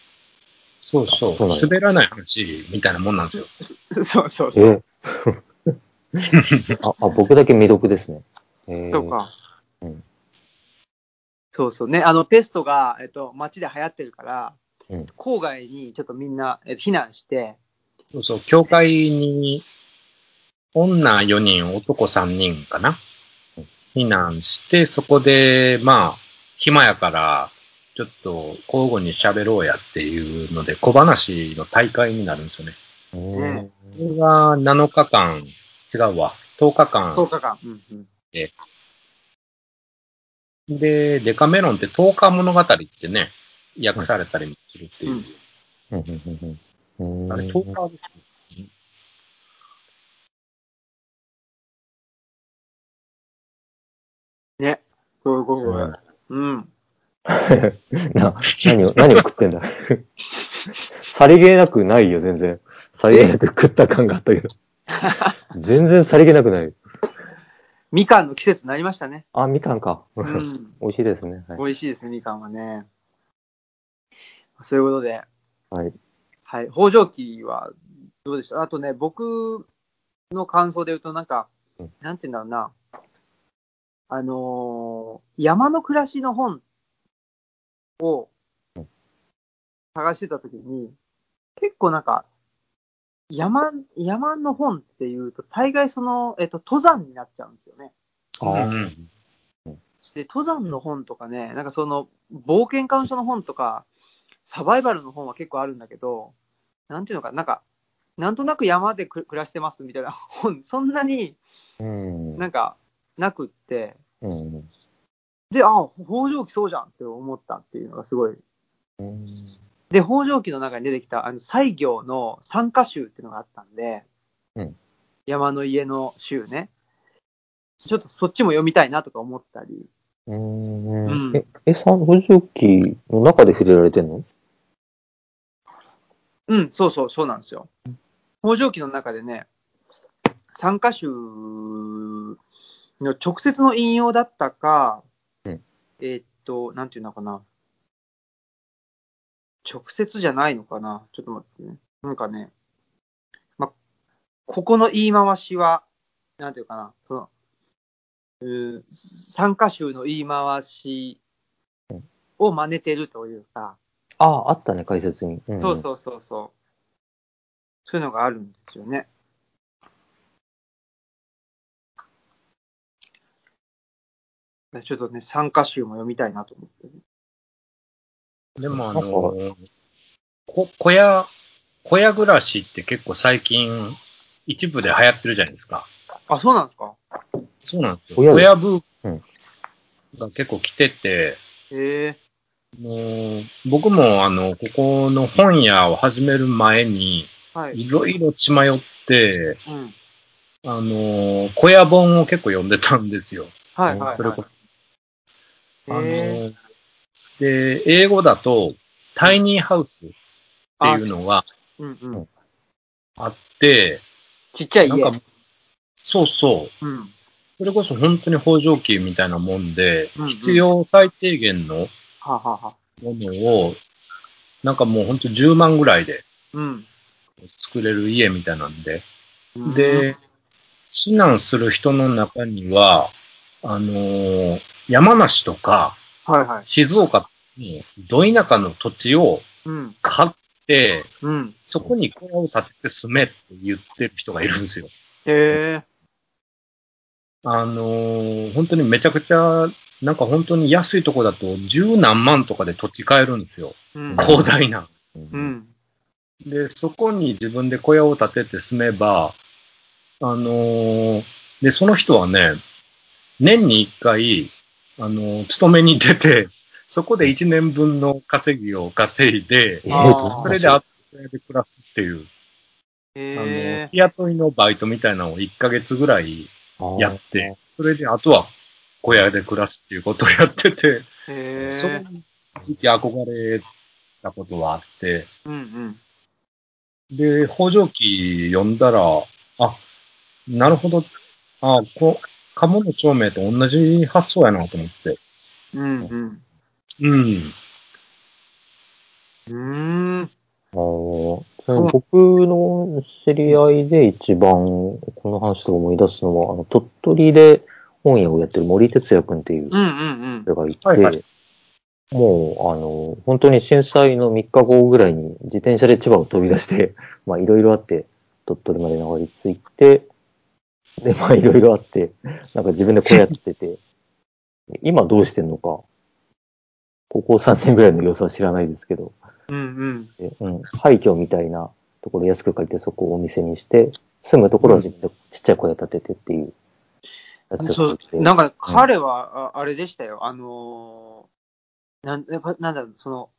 Speaker 3: そうそ
Speaker 2: あそうな
Speaker 3: う。
Speaker 2: んや
Speaker 3: 滑らない話みたいなもんなんですよ。
Speaker 1: そうそうそう。
Speaker 2: えああ、僕だけ未読ですね。えー
Speaker 1: そうか
Speaker 2: うん。
Speaker 1: そうそうね、あのペストが、えっと、街で流行ってるから、
Speaker 2: うん
Speaker 1: 郊外にちょっとみんな、えっと避難して、
Speaker 3: そうそう。教会に、女4人、男3人かな避難して、そこで、まあ、暇やから、ちちょっと交互に喋ろうやっていうので、小話の大会になるんですよね。
Speaker 1: ね
Speaker 3: これが7日間、違うわ、10日間。
Speaker 1: 10日間。うんうん。
Speaker 3: で、デカメロンって10日物語ってね、訳されたりもするっていう。
Speaker 2: うんうんうんうん
Speaker 3: あれ10日ですね
Speaker 1: ね。そういうこと
Speaker 2: うん
Speaker 1: だうん。
Speaker 2: な、何を、何を食って んださりげなくないよ、全然。さりげなく食った感があったけど。全然さりげなくない。
Speaker 1: みかんの季節になりましたね。
Speaker 2: あ、みかんか。
Speaker 1: う
Speaker 2: 美
Speaker 1: ん。
Speaker 2: 味しいですね。はい。
Speaker 1: 美味しいですね、みかんはね。そういうことで、
Speaker 2: はい、
Speaker 1: はい。北条記はどうでしたあとね、僕の感想で言うと、なんか
Speaker 2: うん、
Speaker 1: なんて言うんだろうな。あのー山の暮らしの本を
Speaker 2: うん
Speaker 1: 探してたときに、結構なんか、山、山の本っていうと、大概その、えっと、登山になっちゃうんですよね。
Speaker 2: あ
Speaker 3: う
Speaker 2: ー
Speaker 3: ん
Speaker 1: で、登山の本とかね、なんかその、冒険感書の本とか、サバイバルの本は結構あるんだけど、なんていうのか、なんか、なんとなく山でく暮らしてますみたいな 本、そんなに
Speaker 2: うん。
Speaker 1: なんかなくって、
Speaker 2: うん
Speaker 1: で、あ、北条記そうじゃんって思ったっていうのがすごい。
Speaker 2: うん
Speaker 1: で、北条記の中に出てきた、あの、西行の参加集っていうのがあったんで、
Speaker 2: うん
Speaker 1: 山の家の集ね。ちょっとそっちも読みたいなとか思ったり、
Speaker 2: う
Speaker 1: う
Speaker 2: ん
Speaker 1: ん
Speaker 2: え、え、さん、補助機の中で触れられてんの
Speaker 1: うん、そうそう、そうなんですよ。北条記の中でね、参加集の直接の引用だったか、
Speaker 2: うん
Speaker 1: えーっと、なんていうのかな。直接じゃないのかな。ちょっと待ってね。なんかね、ま、ここの言い回しは、なんていうかな、その、うー参加集の言い回しを真似てるというか、
Speaker 2: ああ、あったね、解説に。
Speaker 1: そうそうそうそう。そういうのがあるんですよね。ちょっとね、参加集も読みたいなと思って、
Speaker 3: でもあ
Speaker 2: な
Speaker 3: の、こ小屋、小屋暮らしって結構最近、一部で流行ってるじゃないですか。
Speaker 1: あ、そうなんですか
Speaker 3: そうなんですよ。
Speaker 2: 小屋
Speaker 3: 小屋ブー
Speaker 2: うん
Speaker 3: ムが結構来てて、
Speaker 1: へえ
Speaker 3: もう僕もあの、ここの本屋を始める前に、
Speaker 1: はい。
Speaker 3: いろいろ血迷って、
Speaker 1: うん。
Speaker 3: あの、小屋本を結構読んでたんですよ。
Speaker 1: はいはい、はい。
Speaker 3: それこそ。あの
Speaker 1: へえ
Speaker 3: で、英語だと、タイニーハウスっていうのが
Speaker 1: うんうん。
Speaker 3: あって、
Speaker 1: ちっちゃい
Speaker 3: なん
Speaker 1: 家。
Speaker 3: か、そうそう、
Speaker 1: うん。
Speaker 3: それこそ本当に北条記みたいなもんで、
Speaker 1: うんうん
Speaker 3: 必要最低限の
Speaker 1: はあ、はあはあ、
Speaker 3: ものを、なんかもう本当10万ぐらいで
Speaker 1: うん。
Speaker 3: 作れる家みたいなんで、
Speaker 1: うん、
Speaker 3: で、避難する人の中には、あのー山梨とか
Speaker 1: はいはい。
Speaker 3: 静岡に、ど田舎の土地を
Speaker 1: うん。
Speaker 3: 買って、
Speaker 1: うん。
Speaker 3: そこに小屋を建てて住めって言ってる人がいるんですよ。
Speaker 1: へえ
Speaker 3: あのー本当にめちゃくちゃ、なんか本当に安いとこだと十何万とかで土地買えるんですよ。
Speaker 1: うん。
Speaker 3: 広大な。
Speaker 2: うん。
Speaker 1: う
Speaker 2: うん。
Speaker 1: ん。
Speaker 3: で、そこに自分で小屋を建てて住めば、あのーで、その人はね、年に一回、あのー勤めに出て、そこで一年分の稼ぎを稼いで
Speaker 2: え、
Speaker 1: あー
Speaker 3: それで、あっとで暮らすっていう、あの
Speaker 1: へ
Speaker 3: ー
Speaker 1: え、
Speaker 3: 日雇いのバイトみたいなのを1ヶ月ぐらいやって、それであとは小屋で暮らすっていうことをやってて、
Speaker 1: へ
Speaker 3: その
Speaker 1: え。
Speaker 3: 時期憧れたことはあって、
Speaker 1: うんうん。
Speaker 3: で、北条記読んだら、あ、なるほど、あ、こ鴨の町名と同じ発想やなと思って。
Speaker 1: うんうん。
Speaker 3: うん。
Speaker 1: うーん。
Speaker 2: ああ、その僕の知り合いで一番この話とか思い出すのは、あの鳥取で本屋をやってる森哲也君ってい
Speaker 1: う
Speaker 2: う
Speaker 1: んうんうん。
Speaker 2: 人がいて、
Speaker 3: はいはい
Speaker 2: もうあの、本当に震災の3日後ぐらいに自転車で千葉を飛び出して、 まあいろいろあって、鳥取まで流れ着いて、で、まあいろいろあって、なんか自分でこうやってて、今どうしてんのか、ここ3年ぐらいの様子は知らないですけど、
Speaker 1: うんうん。
Speaker 2: でうん、廃墟みたいなところ安く借りてそこをお店にして、住むところは自分でちっちゃい小屋建ててっていうやつ
Speaker 1: そう、なんか彼は、ああれでしたよ、あのーなん、やっぱなんだろう、その、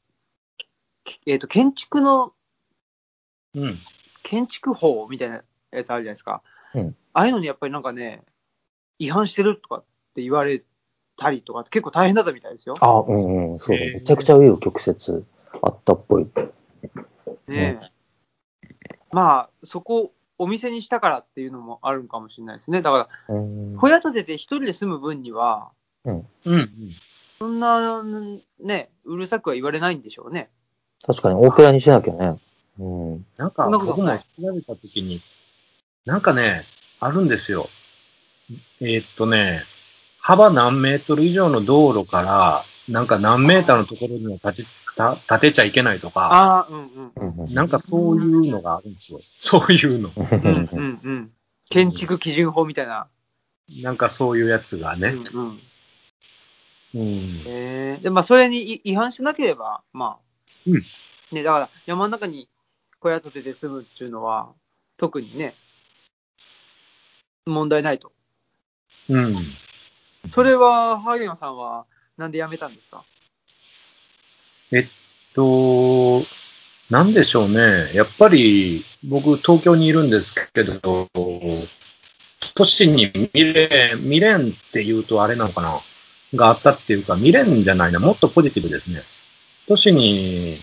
Speaker 1: けえっ、と、建築の、
Speaker 3: うん。
Speaker 1: 建築法みたいなやつあるじゃないですか。
Speaker 2: うん
Speaker 1: ああいうのにやっぱりなんかね、違反してるとかって言われたりとか、結構大変だったみたいですよ。
Speaker 2: あ、うんうん、そうだ。
Speaker 3: えー
Speaker 2: めちゃくちゃ紆余曲折あったっぽい。
Speaker 1: ねえ。まあ、そこ、お店にしたからっていうのもあるんかもしれないですね。だから、
Speaker 2: うん
Speaker 1: 小屋建てて一人で住む分には、
Speaker 3: うん。うん
Speaker 1: そんな、ね、うるさくは言われないんでしょうね。
Speaker 2: 確かに大蔵にしなきゃね。うん。
Speaker 3: なん
Speaker 1: そ
Speaker 3: か、
Speaker 1: んなこと
Speaker 3: 僕も
Speaker 1: ない
Speaker 3: 調べたときに、なんかね、あるんですよ。えーっとね、幅何メートル以上の道路から、なんか何メーターのところには立ち、た立てちゃいけないとか、
Speaker 1: ああ、うんうん。
Speaker 2: うんうん
Speaker 3: なんかそういうのがあるんですよ。そういうの。
Speaker 1: うんうんうん。建築基準法みたいな。
Speaker 3: なんかそういうやつが
Speaker 1: う
Speaker 3: ね。
Speaker 1: んうん。
Speaker 3: うん。
Speaker 1: えーで、まあ、それにい違反しなければ、まあ。
Speaker 3: うん。
Speaker 1: ね、だから、山の中に小屋建てて住むっていうのは、特にね、問題ないと。
Speaker 3: うん。
Speaker 1: それは、萩野さんは、なんで辞めたんですか
Speaker 3: えっと、なんでしょうね。やっぱり、僕、東京にいるんですけど、都市に未練、未練っていうとあれなのかながあったっていうか、未練じゃないな、もっとポジティブですね。都市に、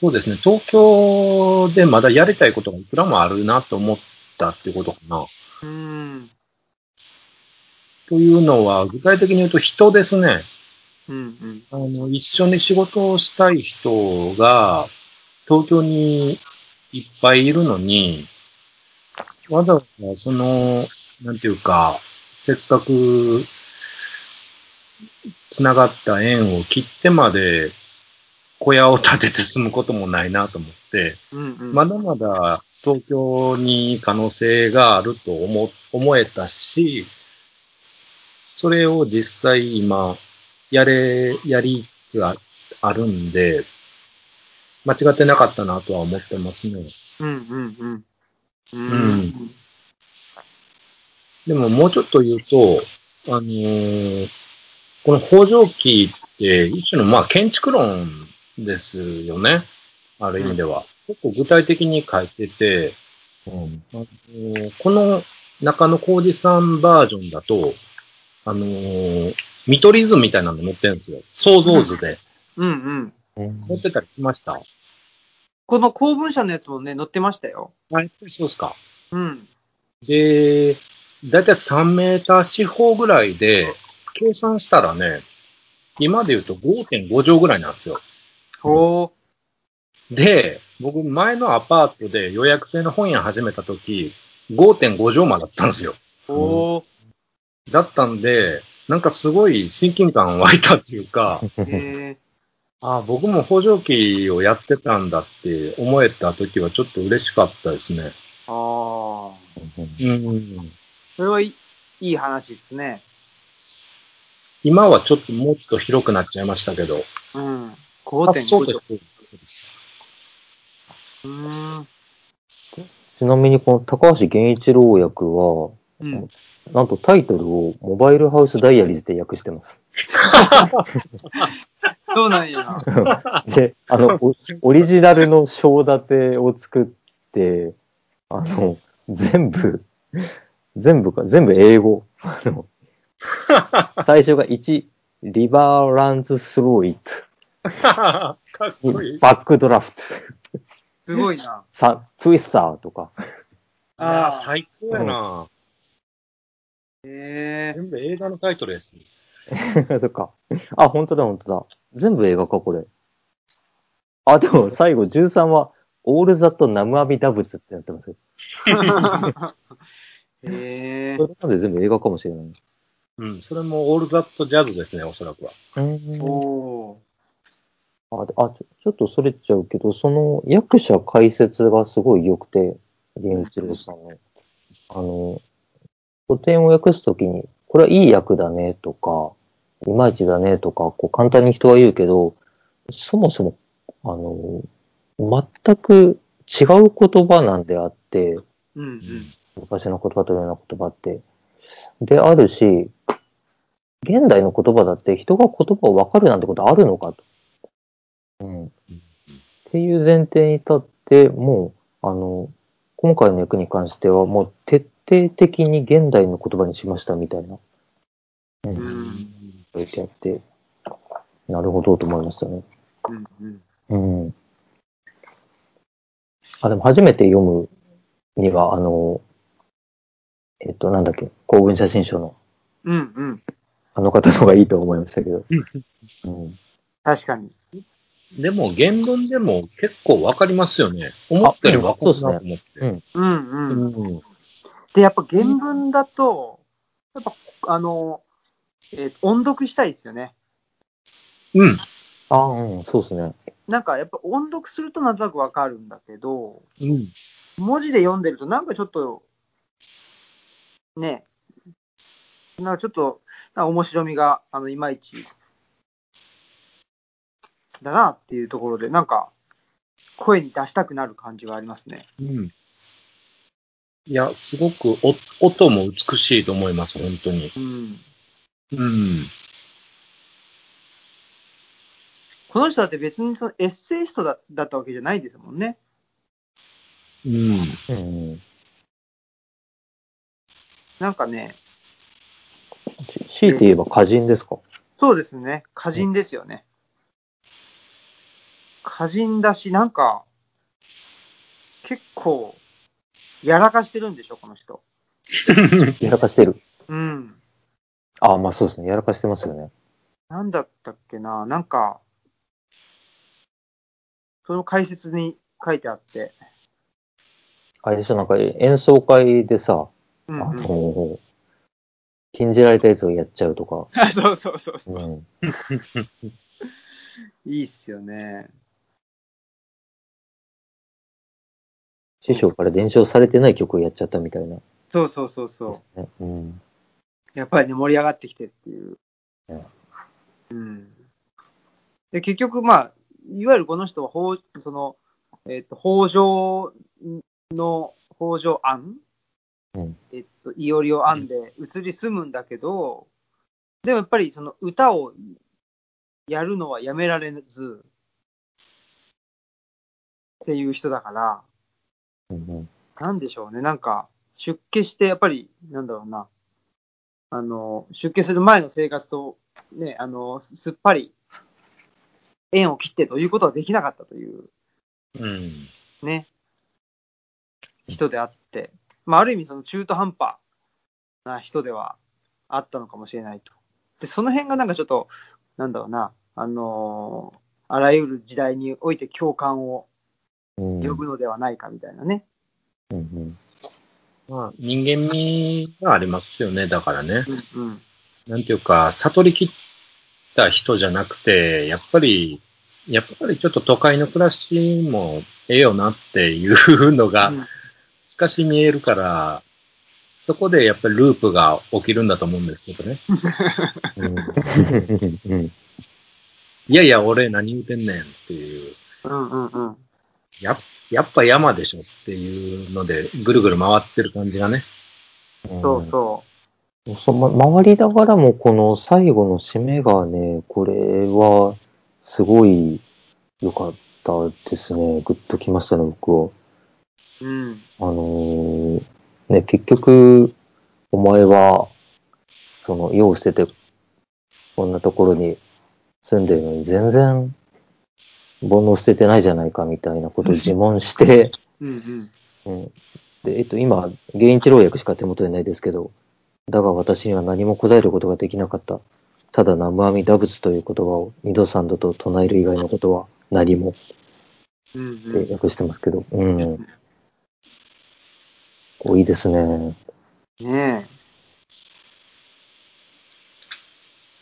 Speaker 3: そうですね、東京でまだやりたいことがいくらもあるなと思ったってことかな。
Speaker 1: うーん。
Speaker 3: というのは、具体的に言うと人ですね。
Speaker 1: うんうん。
Speaker 3: あの、一緒に仕事をしたい人が、東京にいっぱいいるのに、わざわざその、なんていうか、せっかく、つながった縁を切ってまで、小屋を建てて住むこともないなと思って、
Speaker 1: うんうん。
Speaker 3: まだまだ東京に可能性があると思思えたし、それを実際今、やれ、やりつつああるんで、間違ってなかったなとは思ってますね。
Speaker 1: うんうんうん。う
Speaker 3: うんでももうちょっと言うと、あのーこの北条記って一種のまあ建築論ですよね。ある意味では。結構具体的に書いてて、
Speaker 2: うん
Speaker 3: えーこの中野浩二さんバージョンだと、あのー見取り図みたいなの持ってるんですよ。想像図で。
Speaker 1: うんうん。
Speaker 2: うん
Speaker 3: 持ってたりしました。
Speaker 1: この公文社のやつもね、載ってましたよ。
Speaker 3: はい、そうですか。
Speaker 1: うん。
Speaker 3: で、だいたい3メーター四方ぐらいで、計算したらね、今で言うと5.5畳ぐらいなんですよ。
Speaker 1: ほ
Speaker 3: で、僕前のアパートで予約制の本屋始めた時、5.5畳間だったんですよ。
Speaker 1: う。ほ
Speaker 3: だったんで、なんかすごい親近感湧いたっていうか、
Speaker 1: う。へえ。
Speaker 3: ああ、僕も補助器をやってたんだって思えた時はちょっと嬉しかったですね。
Speaker 1: ああ。
Speaker 3: うん。
Speaker 1: それはいいいい話ですね。
Speaker 3: 今はちょっともっと広くなっちゃいましたけど、
Speaker 1: うん。
Speaker 3: 発想
Speaker 1: 5.5
Speaker 3: と
Speaker 1: 兆。
Speaker 3: してそうです。
Speaker 1: うーん。
Speaker 2: ちなみにこの高橋源一郎役は、
Speaker 1: うん。
Speaker 2: なんとタイトルをモバイルハウスダイアリーズで訳してます。
Speaker 1: そうなんや。
Speaker 2: で、あ の、おオリジナルの章立てを作って、あの、全部、全部か、全部英語。あの最初が1、リバーランズスローイッ
Speaker 3: かっ
Speaker 2: ト、
Speaker 3: こいい。
Speaker 2: バックドラフト、
Speaker 1: すごいな。
Speaker 2: さツイスターとか、
Speaker 3: ああ、最高やな。
Speaker 1: へえ。
Speaker 3: 全部映画のタイトルです。
Speaker 2: とか。あ、本当だ、本当だ。全部映画か、これ。あ、でも最後13は、オールザットナムアビダブツってなってますよ。
Speaker 1: へえ
Speaker 2: そ。れなんで全部映画かもしれない。
Speaker 3: うん、それもオールザットジャズですね、おそらくは。
Speaker 1: おお
Speaker 2: あであちょ、ちょっとそれちゃうけど、その役者解説がすごい良くて、源一郎さんの。あの、古典を訳すときに、これはいい役だねとか、いまいちだねとか、こう簡単に人は言うけど、そもそも、あの、全く違う言葉なんであって、
Speaker 1: うんうん。
Speaker 2: 昔の言葉といろんな言葉って。であるし、現代の言葉だって人が言葉を分かるなんてことあるのかと。うん。っていう前提に立って、もう、あの、今回の役に関しては、もう徹底的に現代の言葉にしましたみたいな。う
Speaker 1: う
Speaker 2: ん。
Speaker 1: ん
Speaker 2: そうやってやって、なるほどと思いましたね。
Speaker 1: うんうん。
Speaker 2: うん。あ、でも初めて読むには、あの、えっと、なんだっけ、公文写真書の
Speaker 1: うんうん。
Speaker 2: あの方の方がいいと思いましたけど。うん。
Speaker 1: 確かに。
Speaker 3: でも、言論でも結構わかりますよね。思ったよりわかるなと思って。
Speaker 2: う
Speaker 1: う
Speaker 2: ん
Speaker 1: ん
Speaker 2: う
Speaker 1: うん。
Speaker 2: ん。
Speaker 1: で、やっぱ原文だと、やっぱ、あの、えー音読したいですよね。
Speaker 3: うん。
Speaker 2: あうん、そうですね。
Speaker 1: なんかやっぱ音読するとなんとなくわかるんだけど、
Speaker 3: うん。
Speaker 1: 文字で読んでるとなんかちょっと、ね、なんかちょっと、なんか面白みが、あの、いまいち、だなっていうところで、なんか、声に出したくなる感じはありますね。
Speaker 3: うん。いや、すごくお、音も美しいと思います、本当に。
Speaker 1: うん。
Speaker 3: うん。
Speaker 1: この人だって別にそのエッセイストだだったわけじゃないですもんね。
Speaker 3: うん。
Speaker 2: うん。
Speaker 1: なんかね、
Speaker 2: し強いて言えば歌人ですか
Speaker 1: そうですね。歌人ですよね。歌人だし、なんか、結構、やらかしてるんでしょ、この人。
Speaker 2: やらかしてる。
Speaker 1: うん。
Speaker 2: あまあそうですね。やらかしてますよね。
Speaker 1: なんだったっけな、なんか、その解説に書いてあって。
Speaker 2: あれでしょ、なんか演奏会でさ、
Speaker 1: う
Speaker 2: あ
Speaker 1: ん、うん。
Speaker 2: の、禁じられたやつをやっちゃうとか。
Speaker 1: あ そうそうそうそうう。
Speaker 2: ん。
Speaker 1: いいっすよね。
Speaker 2: 師匠から伝承されてない曲をやっちゃったみたいな。
Speaker 1: そうそうそうそ
Speaker 2: ねうん。
Speaker 1: う。やっぱりね、盛り上がってきてっていう
Speaker 2: うん。
Speaker 1: うん。で、結局、まあ、いわゆるこの人は、法、その、えっ、と、北条の、北条案、
Speaker 2: うん
Speaker 1: えっと、いおりを編んで移り住むんだけど、でもやっぱりその歌をやるのはやめられず、っていう人だから、
Speaker 2: うん
Speaker 1: なんでしょうね、なんか、出家して、やっぱり、なんだろうな、あの、出家する前の生活と、ね、あの、すすっぱり、縁を切ってということはできなかったという、
Speaker 3: うん。
Speaker 1: ね、人であって、まあ、ある意味、その中途半端な人ではあったのかもしれないと。で、その辺がなんかちょっと、なんだろうな、あのあらゆる時代において共感を
Speaker 2: うん
Speaker 1: 呼ぶのではないかみたいなね。
Speaker 2: うんうん
Speaker 3: まあ、人間味がありますよね、だからね。
Speaker 1: うん、うん。
Speaker 3: なんていうか、悟りきった人じゃなくて、やっぱり、やっぱりちょっと都会の暮らしもええよなっていうのが
Speaker 1: うん
Speaker 3: 透かし見えるから、そこでやっぱりループが起きるんだと思うんですけどね。
Speaker 2: うん うん
Speaker 3: いやいや、俺何言うてんねんっていう、
Speaker 1: うんうんうん。
Speaker 3: ややっぱ山でしょっていうので、ぐるぐる回ってる感じがね。
Speaker 1: そうそ
Speaker 2: そうま回りながらも、この最後の締めがね、これは、すごい良かったですね。グッときましたね、僕は。
Speaker 1: う。うん。
Speaker 2: あのーね、結局、お前は、その、世を捨てて、こんなところに住んでるのに、全然、煩悩捨ててないじゃないか、みたいなことを自問して、
Speaker 1: うんうん。
Speaker 2: うん。で、えっと、今、原因治療薬しか手元にないですけど、だが私には何も答えることができなかった。ただ、南無阿弥陀仏という言葉を二度三度と唱える以外のことは何も
Speaker 1: うんう
Speaker 2: って
Speaker 1: ん。
Speaker 2: 訳してますけど、うん。こういいですね。
Speaker 1: ね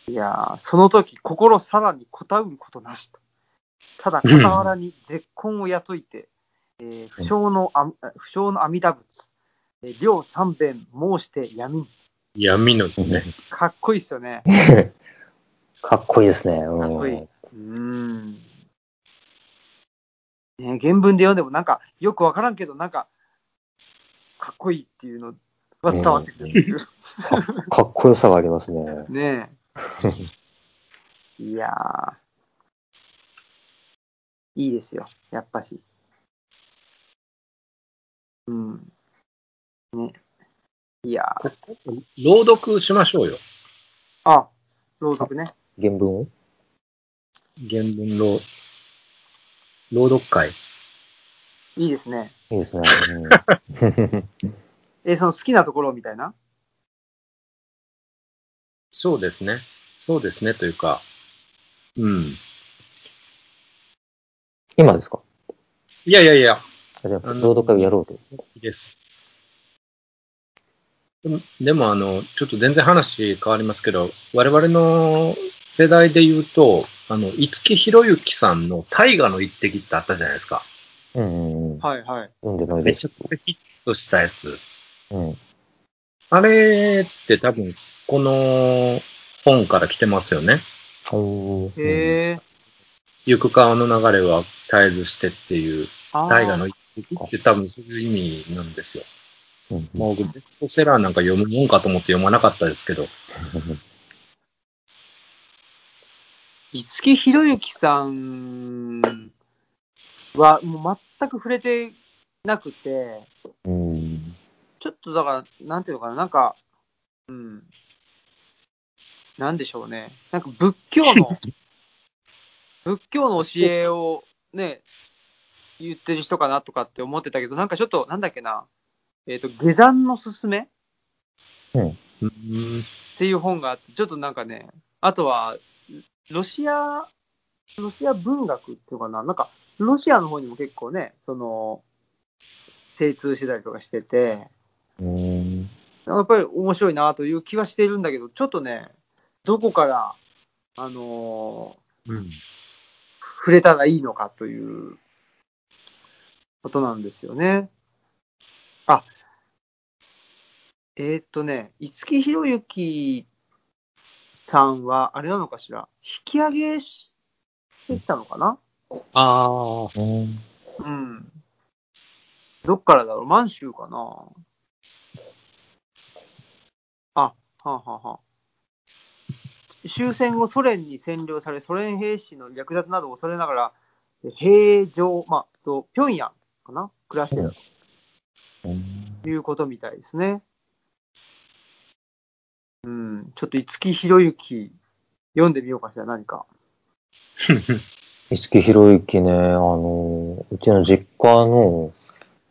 Speaker 1: え。いやー、その時、心さらにこたうることなしと。ただ、傍らに絶根を雇いて、えー不詳のあ、不詳の阿弥陀仏、えー両三弁申して闇に。
Speaker 3: 闇のね。
Speaker 1: かっこいいっすよね。
Speaker 2: かっこいいですね。うん
Speaker 1: かっこいい。うん。ね、原文で読んでもなんか、よくわからんけど、なんか、かっこいいっていうのは伝わってくるっていう。
Speaker 2: かっこよさがありますね。
Speaker 1: ねえ。 いやー。いいですよ、やっぱし。うん。ね。いやー。
Speaker 3: 朗読しましょうよ。
Speaker 1: あ、朗読ね。
Speaker 2: 原文を
Speaker 3: 原文朗、朗読会。
Speaker 1: いいですね。
Speaker 2: いいですね。
Speaker 1: えーその好きなところみたいな
Speaker 3: そうですね。そうですね、というか。うん。
Speaker 2: 今ですか
Speaker 3: いやいやいや、
Speaker 2: あじゃあ、朗読会をやろうと。
Speaker 3: いいです。でもでも、あの、ちょっと全然話変わりますけど、我々の世代で言うと、あの、五木ひろゆきさんの大河の一滴ってあったじゃないですか。
Speaker 2: うん、うん。
Speaker 1: はいはい。
Speaker 2: 読んでない
Speaker 3: め
Speaker 2: で
Speaker 3: ち
Speaker 2: す
Speaker 3: ゃ。くちゃヒットしたやつ。
Speaker 2: うん。
Speaker 3: あれって多分、この本から来てますよね。
Speaker 2: おー
Speaker 1: へえ。
Speaker 3: 行く川の流れは絶えずしてっていう、
Speaker 1: あー
Speaker 3: 大河の一滴って多分そういう意味なんですよ。
Speaker 2: うん
Speaker 3: もうベストセラーなんか読むもんかと思って読まなかったですけど、
Speaker 1: 五木ひろゆきさんは、もう全く触れてなくて、
Speaker 2: うん。
Speaker 1: ちょっとだから、なんていうのかな、なんか、うん。なんでしょうね。なんか仏教の、仏教の教えをね、言ってる人かなとかって思ってたけど、なんかちょっと、なんだっけな、えっ、と、下山のすすめっ
Speaker 3: うん、
Speaker 1: ていう本があって、ちょっとなんかね、あとは、ロシア、ロシア文学っていうのかな、なんか、ロシアの方にも結構ね、その、精通してたりとかしてて、
Speaker 2: うん。
Speaker 1: やっぱり面白いなという気はしているんだけど、ちょっとね、どこから、あの
Speaker 3: うん、
Speaker 1: ー触れたらいいのかということなんですよね。あ、えーっとね、五木ひろゆきさんは、あれなのかしら、引き上げしてきたのかな
Speaker 3: ああ、
Speaker 2: うん。
Speaker 1: うん。どっからだろう満州かなあ、はあ、はあはあ、終戦後、ソ連に占領され、ソ連兵士の略奪などを恐れながら、平城、まあ、と、平壌かな暮らしてた
Speaker 2: うん
Speaker 1: ということみたいですね。うん、ちょっと五木ひろゆき、読んでみようかしら、何か。
Speaker 2: 五木ひろゆきね、あの、うちの実家の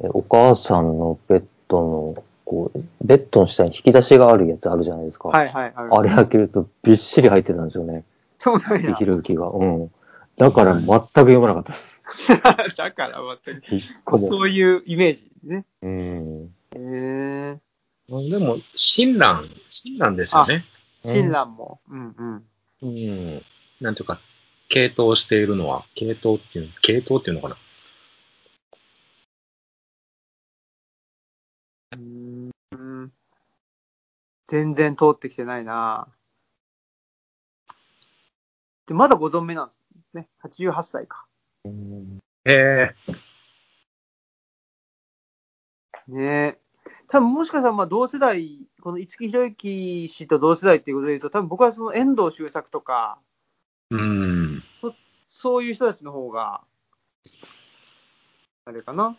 Speaker 2: えお母さんのベッドの、こう、ベッドの下に引き出しがあるやつあるじゃないですか。
Speaker 1: はいはい、ある
Speaker 2: あれ開けるとびっしり入ってたんですよね。
Speaker 1: そうなん
Speaker 2: 五木
Speaker 1: や
Speaker 2: ひ。ろゆきが。うん。だから全く読まなかったです。
Speaker 1: だから、全く。
Speaker 2: 一個も。
Speaker 1: そういうイメージね。
Speaker 2: うん。
Speaker 1: へえ
Speaker 3: でも、親鸞、親鸞ですよね。
Speaker 1: ー、親鸞も。うんうん。
Speaker 3: うん、なんていうか、系統しているのは、系統っていう、系統っていうのかな。
Speaker 1: うん、全然通ってきてないなで、まだご存命なんですね。88歳か。
Speaker 2: うん
Speaker 3: へえ、
Speaker 1: ねえ。多分もしかしたらまあ同世代、この五木ひろゆき氏と同世代っていうことで言うと、多分僕はその遠藤周作とか、
Speaker 3: うん、
Speaker 1: そういう人たちの方が、あれかな。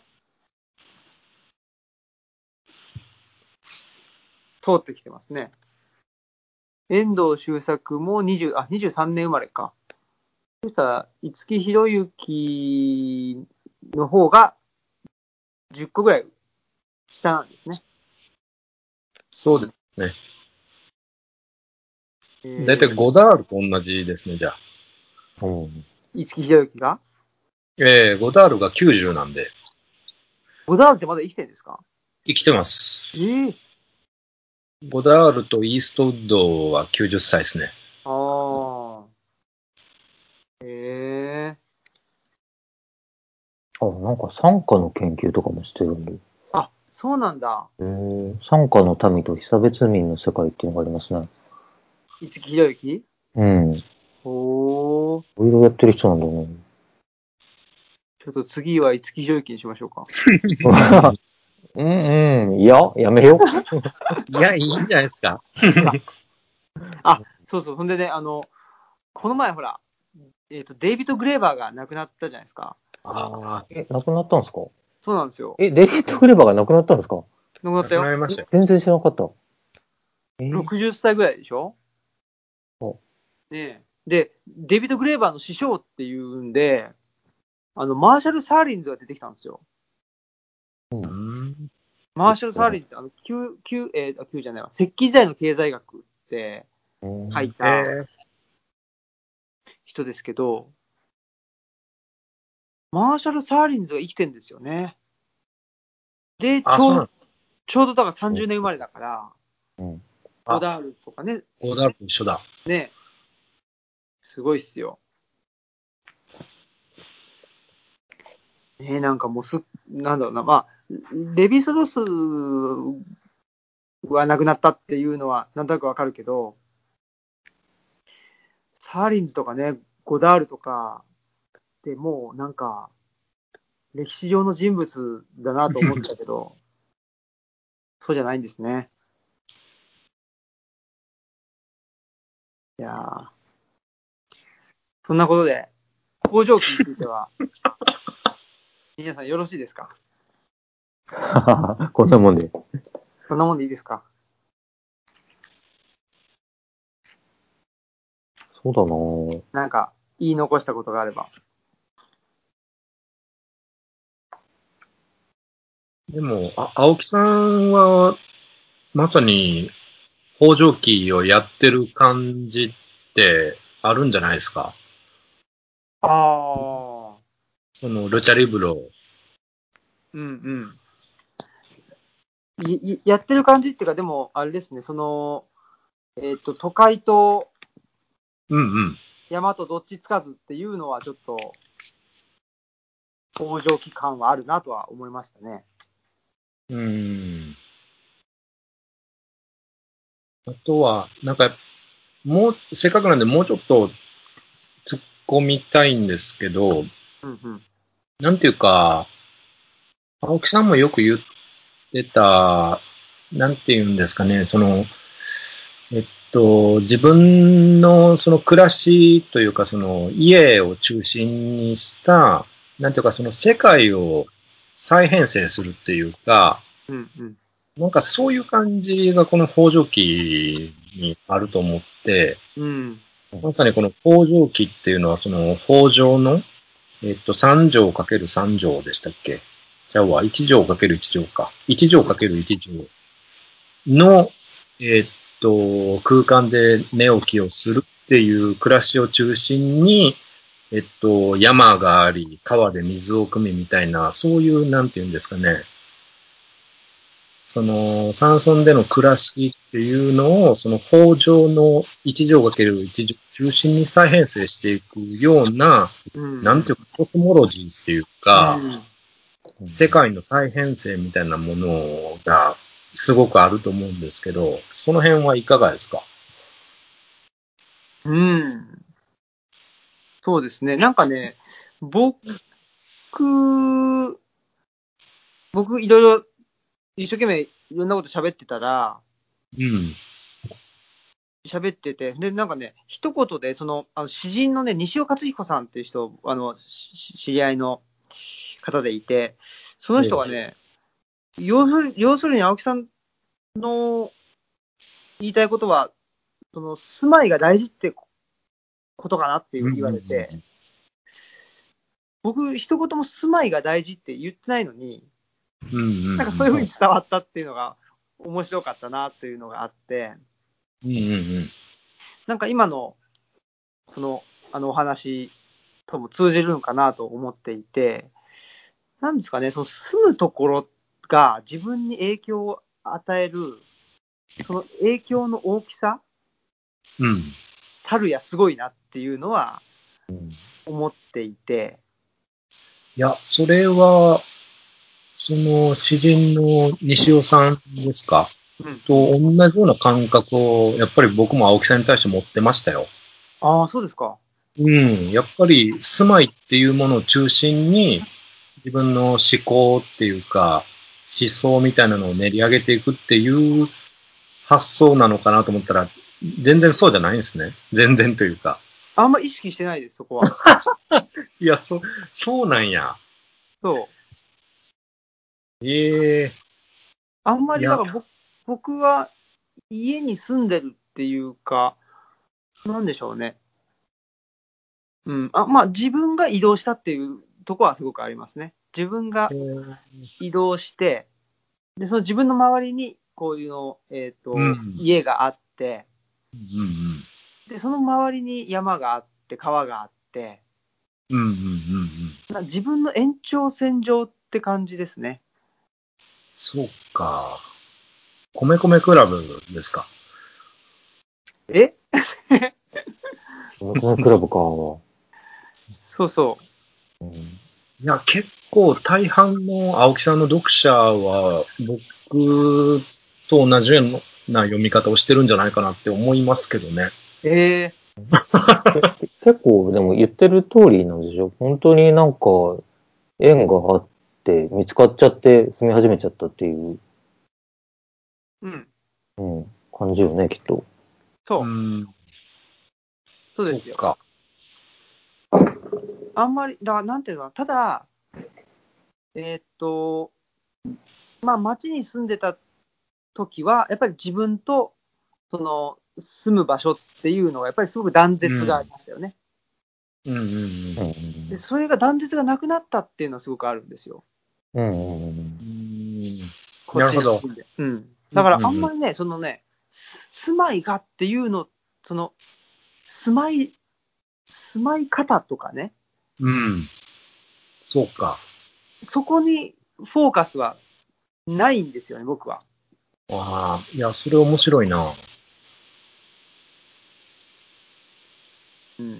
Speaker 1: 通ってきてますね。遠藤周作も20あ23年生まれか。そしたら、五木ひろゆきの方が10個ぐらい下なんですね。
Speaker 3: そうで
Speaker 1: え
Speaker 3: す。
Speaker 1: ー
Speaker 3: だいたいゴダールと同じですね、じゃあ。
Speaker 2: うん。
Speaker 1: 五木ひろゆきが
Speaker 3: ええゴダールが90なんで、
Speaker 1: ゴダールってまだ生きてるんですか
Speaker 3: 生きてます。
Speaker 1: ええ
Speaker 3: ゴダールとイーストウッドは90歳ですね。
Speaker 1: ああ。ええ
Speaker 2: あ、なんか参加の研究とかもしてるんで。
Speaker 1: あ、そうなんだ。
Speaker 2: えー、参加の民と被差別民の世界っていうのがありますね。
Speaker 1: 五木ひろゆき
Speaker 2: うん。
Speaker 1: おー。
Speaker 2: いろいろやってる人なんだね。
Speaker 1: ちょっと次は五木ひろゆきにしましょうか。
Speaker 2: うんうん。いや、やめよう。
Speaker 3: いや、いいんじゃないですか。
Speaker 1: そうそう。ほんでね、あの、この前ほら、えっ、と、デイビッド・グレーバーが亡くなったじゃないですか。
Speaker 3: ああ、
Speaker 2: え、亡くなったんですか
Speaker 1: そうなんですよ。
Speaker 2: え、デイビッド・グレバーが亡くなったんですか
Speaker 1: 亡くな
Speaker 3: な
Speaker 1: った
Speaker 3: くな
Speaker 1: よ。
Speaker 3: りましたよ。
Speaker 2: 全然知らなかった。えー
Speaker 1: 60歳ぐらいでしょ
Speaker 2: お
Speaker 1: ねえ。で、デイビッド・グレーバーの師匠っていうんで、あの、マーシャル・サーリンズが出てきたんですよ。
Speaker 3: うん
Speaker 1: マーシャル・サーリンって、あの、旧、旧、えー、あ旧じゃないわ、石器時代の経済学って
Speaker 2: うん
Speaker 1: 書い
Speaker 3: え
Speaker 1: た
Speaker 3: ー
Speaker 1: 人ですけど、マーシャル・サーリンズが生きてんですよね。で、ち
Speaker 3: あ、そう
Speaker 1: ょ
Speaker 3: なの
Speaker 1: うちょうどだから30年生まれだから、
Speaker 2: うん
Speaker 3: あ
Speaker 1: オダールとかね、
Speaker 3: オーダーと一緒だ。
Speaker 1: ね、すごいっすよ。ねえ、なんかもうす、なんだろうな、まあ、レビスロスはなくなったっていうのは、なんとなくわかるけど、サーリンズとかね、ゴダールとか、でもうなんか、歴史上の人物だなと思ってたけど、そうじゃないんですね。いやーそんなことで、工場機について は、皆さんよろしいですか
Speaker 2: こんなもんで。
Speaker 1: そんなもんでいいですか
Speaker 2: そうだなぁ。
Speaker 1: なんか、言い残したことがあれば。
Speaker 3: でも、あ青木さんは、まさに、工場機をやってる感じってあるんじゃないですか。
Speaker 1: ああ。
Speaker 3: その、ルチャリブロ。
Speaker 1: うんうん。いいやってる感じっていうか、でも、あれですね、その、えっ、と、都会と
Speaker 3: うんうん。
Speaker 1: 山とどっちつかずっていうのは、ちょっと、工場機関はあるなとは思いましたね。
Speaker 3: うん。あとは、なんか、もう、せっかくなんで、もうちょっと突っ込みたいんですけど、
Speaker 1: うんうん。
Speaker 3: なんていうか、青木さんもよく言ってた、なんていうんですかね、その、えっと、自分のその暮らしというか、その家を中心にした、なんていうか、その世界を再編成するっていうか、
Speaker 1: うんうん。
Speaker 3: なんかそういう感じがこの北条記にあると思って、
Speaker 1: うん。
Speaker 3: まさにこの北条記っていうのは、その北条の、えっと、3条かける3条でしたっけじゃあは、1条かける1条か。1条かける1条の、えっと、空間で寝起きをするっていう暮らしを中心に、えっと、山があり、川で水を汲みみたいな、そういう、なんていうんですかね。その、山村での暮らしっていうのを、その、北条の一条かける一条中心に再編成していくような、
Speaker 1: うん。
Speaker 3: なんていうか、コスモロジーっていうか、
Speaker 1: うん
Speaker 3: 世界の再編成みたいなものが、すごくあると思うんですけど、その辺はいかがですか
Speaker 1: うん。そうですね。なんかね、僕、僕、いろいろ、一生懸命いろんなこと喋ってたら、
Speaker 3: うん。
Speaker 1: 喋ってて、で、なんかね、一言で、その、あの詩人のね、西尾克彦さんっていう人、あの、し知り合いの方でいて、その人がね、要する要するに青木さんの言いたいことは、その、住まいが大事ってことかなっていう言われて、僕、一言も住まいが大事って言ってないのに、
Speaker 3: うんうん。
Speaker 1: なんかそういうふうに伝わったっていうのが、面白かったなっていうのがあって、
Speaker 3: うんうん
Speaker 1: なんか今の、その、あのお話とも通じるのかなと思っていて、なんですかね、その住むところが自分に影響を与える、その影響の大きさ
Speaker 3: うん。うん。
Speaker 1: たるやすごいなっていうのは
Speaker 2: うん
Speaker 1: 思っていて、
Speaker 3: いや、それは、その詩人の西尾さんですか、
Speaker 1: うん
Speaker 3: と同じような感覚を、やっぱり僕も青木さんに対して持ってましたよ。
Speaker 1: ああ、そうですか。
Speaker 3: うん、やっぱり住まいっていうものを中心に、自分の思考っていうか、思想みたいなのを練り上げていくっていう発想なのかなと思ったら、全然そうじゃないんですね。全然というか。
Speaker 1: あんま意識してないです、そこは。
Speaker 3: いや、そ、そうなんや。
Speaker 1: そう。
Speaker 3: ええ
Speaker 1: あんまり、
Speaker 3: いや
Speaker 1: だから僕僕は家に住んでるっていうか、なんでしょうね。うん。あ、まあ自分が移動したっていうとこはすごくありますね。自分が移動して、で、その自分の周りにこういうの、えっ、と、
Speaker 3: うん
Speaker 1: 家があって、
Speaker 3: うん
Speaker 1: で、その周りに山があって、川があって、
Speaker 3: うん。うんうんうんうん。
Speaker 1: な自分の延長線上って感じですね。
Speaker 3: そうか。米米クラブですか。
Speaker 1: え
Speaker 2: このクラブか。う
Speaker 1: そうそ
Speaker 2: ん
Speaker 3: いや、結構大半の青木さんの読者は、僕と同じような読み方をしてるんじゃないかなって思いますけどね。
Speaker 1: う。ええ
Speaker 2: 結構、でも言ってる通りなんでしょ本当になんか、縁があって、見つかっちゃって住み始めちゃったっていう、
Speaker 1: うん。
Speaker 2: うん、感じよね、きっと。
Speaker 1: そう。
Speaker 3: ん、
Speaker 1: そうですよ
Speaker 3: っ。か。
Speaker 1: あんまり、だからなんていうのかな、ただ、えーっと、まあ、町に住んでた時は、やっぱり自分と、その、住む場所っていうのが、やっぱりすごく断絶がありましたよね。
Speaker 3: うんうん
Speaker 2: うん
Speaker 1: で、それが断絶がなくなったっていうのはすごくあるんですよ。
Speaker 2: うんうん
Speaker 3: うん。
Speaker 1: こっちに住んで。うん。だから、
Speaker 3: うんうん
Speaker 1: あ
Speaker 3: うん
Speaker 1: んまりね、そのね、す住まいがっていうの、その、住まい、住まい方とかね、
Speaker 3: うん。そうか。
Speaker 1: そこにフォーカスはないんですよね、僕は。
Speaker 3: ああ、いや、それ面白いな。
Speaker 1: うん。
Speaker 3: い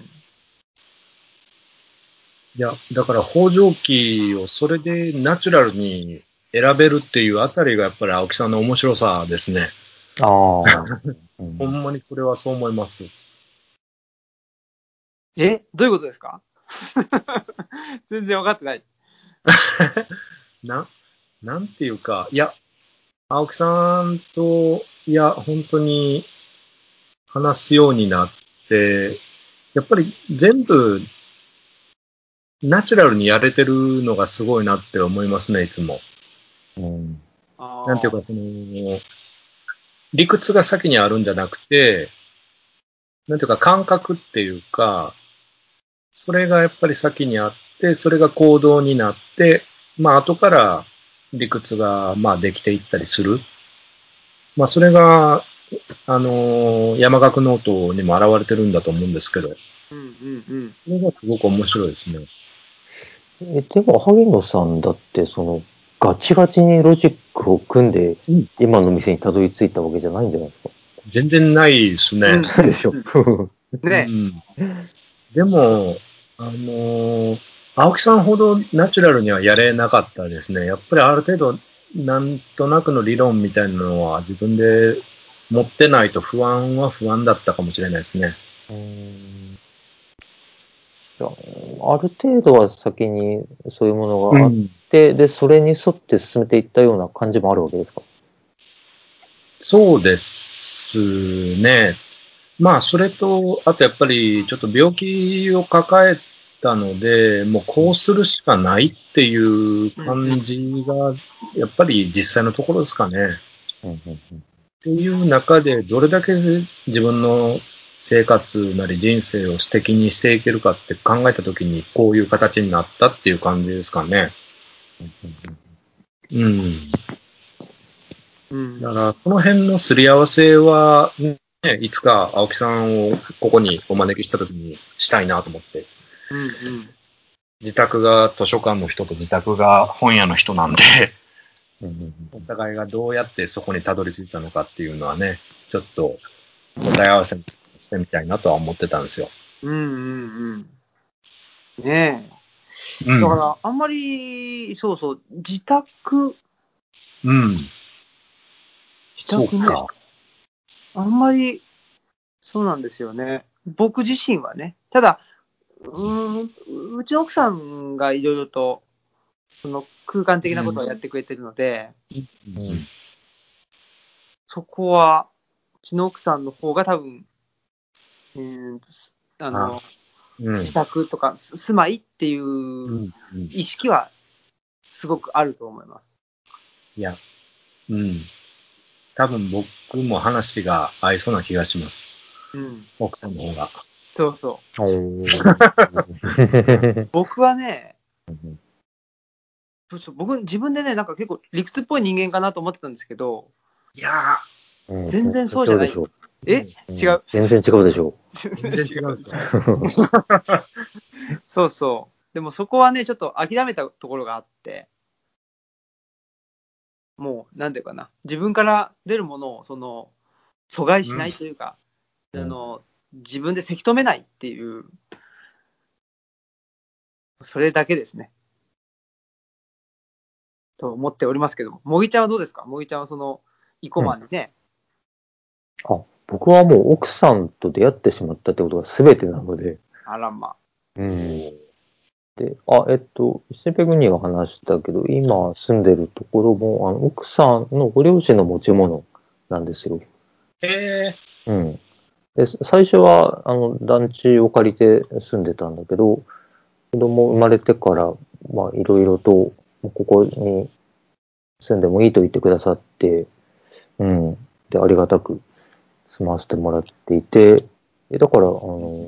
Speaker 3: や、だから、北条記をそれでナチュラルに選べるっていうあたりが、やっぱり青木さんの面白さですね。
Speaker 2: ああ。 うん
Speaker 3: ほんまにそれはそう思います。
Speaker 1: えどういうことですか 全然分かってない。
Speaker 3: な、なんていうか、いや、青木さんと、いや、本当に話すようになって、やっぱり全部、ナチュラルにやれてるのがすごいなって思いますね、いつも。
Speaker 2: うん
Speaker 1: あー
Speaker 3: なんていうか、その、理屈が先にあるんじゃなくて、なんていうか、感覚っていうか、それがやっぱり先にあって、それが行動になって、まあ、後から理屈が、まあ、できていったりする。まあ、それが、あのー山岳ノートにも現れてるんだと思うんですけど、
Speaker 1: うんうんうん。
Speaker 3: それがすごく面白いですね。
Speaker 2: え、でも、萩野さんだって、その、ガチガチにロジックを組んで
Speaker 3: うん、
Speaker 2: 今の店にたどり着いたわけじゃないんじゃないですか。
Speaker 3: 全然ないですね。
Speaker 1: うん
Speaker 2: そうでしょ。
Speaker 1: ね、
Speaker 3: うんでも、あのー青木さんほどナチュラルにはやれなかったですね。やっぱりある程度、なんとなくの理論みたいなのは自分で持ってないと不安は不安だったかもしれないですね。
Speaker 2: うんいやある程度は先にそういうものがあって、で、それに沿って進めていったような感じもあるわけですか。
Speaker 3: そうですね。まあ、それと、あとやっぱりちょっと病気を抱えたので、もうこうするしかないっていう感じが、やっぱり実際のところですかね。
Speaker 2: うんうんうん
Speaker 3: っていう中で、どれだけ自分の生活なり人生を素敵にしていけるかって考えたときに、こういう形になったっていう感じですかね。
Speaker 2: うんうん
Speaker 3: うん。
Speaker 1: うん
Speaker 3: だから、この辺のすり合わせは、ね、いつか青木さんをここにお招きしたときにしたいなと思って。自宅が図書館の人と自宅が本屋の人なんで、
Speaker 2: うんうん
Speaker 3: お互いがどうやってそこにたどり着いたのかっていうのはね、ちょっと答え合わせしてみたいなとは思ってたんですよ。
Speaker 1: うんうんうんうん。ね
Speaker 3: う
Speaker 1: え。
Speaker 3: ん
Speaker 1: だから、あんまり、そうそう、自宅、
Speaker 3: うん。
Speaker 1: 自宅ね。あんまり、そうなんですよね。僕自身はね、ただ、うーんうちの奥さんがいろいろと、その空間的なことをやってくれてるので、
Speaker 2: うん
Speaker 1: そこは、うちの奥さんの方が多分、うーん、すあの、
Speaker 3: うん。。
Speaker 1: 自宅とかす住まいっていううん
Speaker 3: うん
Speaker 1: 意識はすごくあると思います。
Speaker 3: いや、うん。多分僕も話が合いそうな気がします。
Speaker 1: うん。
Speaker 3: 奥さんの方が。
Speaker 1: そうそう。
Speaker 2: おー
Speaker 1: 僕はね、
Speaker 2: うん
Speaker 1: そうそう僕、自分でね、なんか結構理屈っぽい人間かなと思ってたんですけど、
Speaker 3: いや
Speaker 2: うん
Speaker 1: 全然そうじゃない
Speaker 2: でしょ
Speaker 1: え、
Speaker 2: ん
Speaker 1: 違う。
Speaker 2: 全然違うでしょ
Speaker 3: 全然違うと。
Speaker 1: そうそう。でもそこはね、ちょっと諦めたところがあって、もう、なんていうかな、自分から出るものを、その、阻害しないというか、
Speaker 2: うん
Speaker 1: あの、自分でせき止めないっていう、それだけですね。と思っておりますけども、もぎちゃんはどうですかもぎちゃんはその、イコマンにね、
Speaker 2: あ、僕はもう奥さんと出会ってしまったってことが全てなので。
Speaker 1: あらま。
Speaker 2: うん。で、あ、えっと、石部君には話したけど、今住んでるところも、あの、奥さんのご両親の持ち物なんですよ。
Speaker 3: え
Speaker 2: うん。で、最初は、あの、団地を借りて住んでたんだけど、子供生まれてから、まあ、いろいろと、ここに住んでもいいと言ってくださって、うん。で、ありがたく住ませてもらっていて、えだから、あの、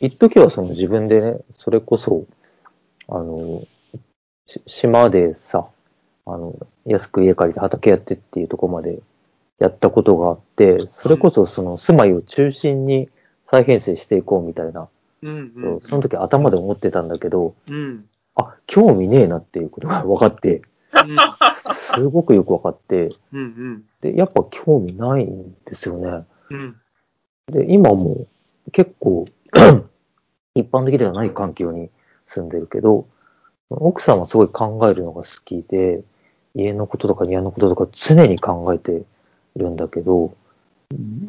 Speaker 2: 一時はその自分でね、それこそ、あの、し島でさ、あの、安く家借りて畑やってっていうとこまでやったことがあって、それこそその住まいを中心に再編成していこうみたいな、
Speaker 1: うんうん。
Speaker 2: その時頭で思ってたんだけど、
Speaker 1: うん。
Speaker 2: あ、興味ねえなっていうことが 分かって、
Speaker 1: うん。
Speaker 2: すごくよく分かって、
Speaker 1: うん。
Speaker 2: で、やっぱ興味ないんですよね。
Speaker 1: うん。
Speaker 2: で、今も結構 一般的ではない環境に住んでるけど、奥さんはすごい考えるのが好きで、家のこととか庭のこととか常に考えてるんだけど、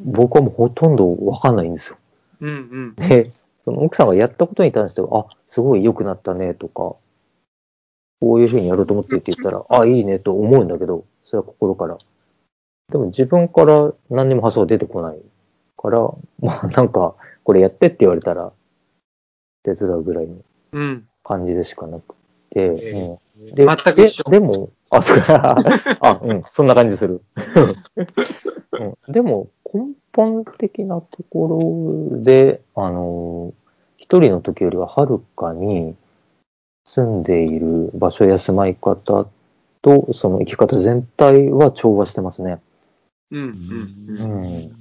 Speaker 2: 僕はもうほとんどわかんないんですよ。
Speaker 1: うん。うん。
Speaker 2: で、その奥さんがやったことに対しては、あ、すごい良くなったねとか、こういうふうにやろうと思ってって言ったら、あ、いいねと思うんだけど、それは心から。でも自分から何にも発想が出てこないから、まあなんか、これやってって言われたら、手伝うぐらいの
Speaker 1: うん。
Speaker 2: 感じでしかなくて、
Speaker 3: ええ
Speaker 2: うんで
Speaker 1: 全く一緒
Speaker 2: ででも、あ、そう か。あ、うん、そんな感じする。 うん、でも、根本的なところで、あのー一人の時よりははるかに住んでいる場所や住まい方と、その生き方全体は調和してますね。
Speaker 1: うんうんうん
Speaker 2: ん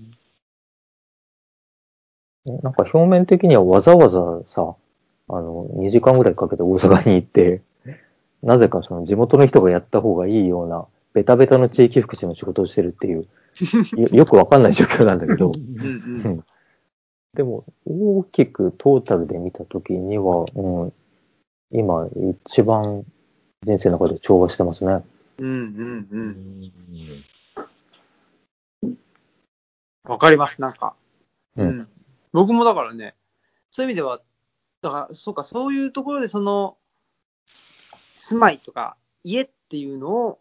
Speaker 2: なんか表面的にはわざわざさ、あの、2時間ぐらいかけて大阪に行って、 なぜかその地元の人がやった方がいいような、ベタベタの地域福祉の仕事をしてるっていう、 よよくわかんない状況なんだけ
Speaker 1: う
Speaker 2: ど、
Speaker 1: んうん
Speaker 2: でも大きくトータルで見たときには、うん、今一番人生の中で調和してますね。
Speaker 1: うんう
Speaker 3: うんん
Speaker 1: わかります、なんか。
Speaker 2: うん
Speaker 1: うん僕もだからね、そういう意味では、だから、そうか、そういうところで、その、住まいとか、家っていうのを、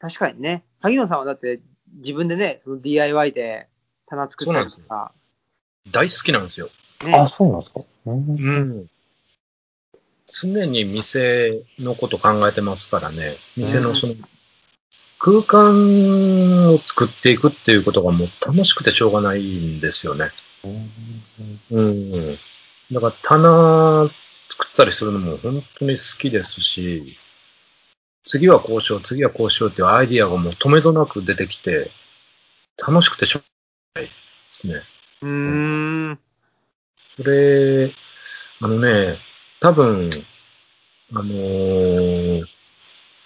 Speaker 1: 確かにね、萩野さんはだって、自分でね、その DIY で棚作ったりとか、
Speaker 3: 大好きなんですよ。
Speaker 2: あ、
Speaker 1: ね、
Speaker 2: そうなんですか。うん
Speaker 3: うん。常に店のこと考えてますからね。店のその、空間を作っていくっていうことがもう楽しくてしょうがないんですよね。うん。だから棚作ったりするのも本当に好きですし、次はこうしよう、次はこうしようっていうアイディアがもう止めどなく出てきて、楽しくてしょうがないですね。
Speaker 1: うーん、
Speaker 3: それ、あのね、多分、あのー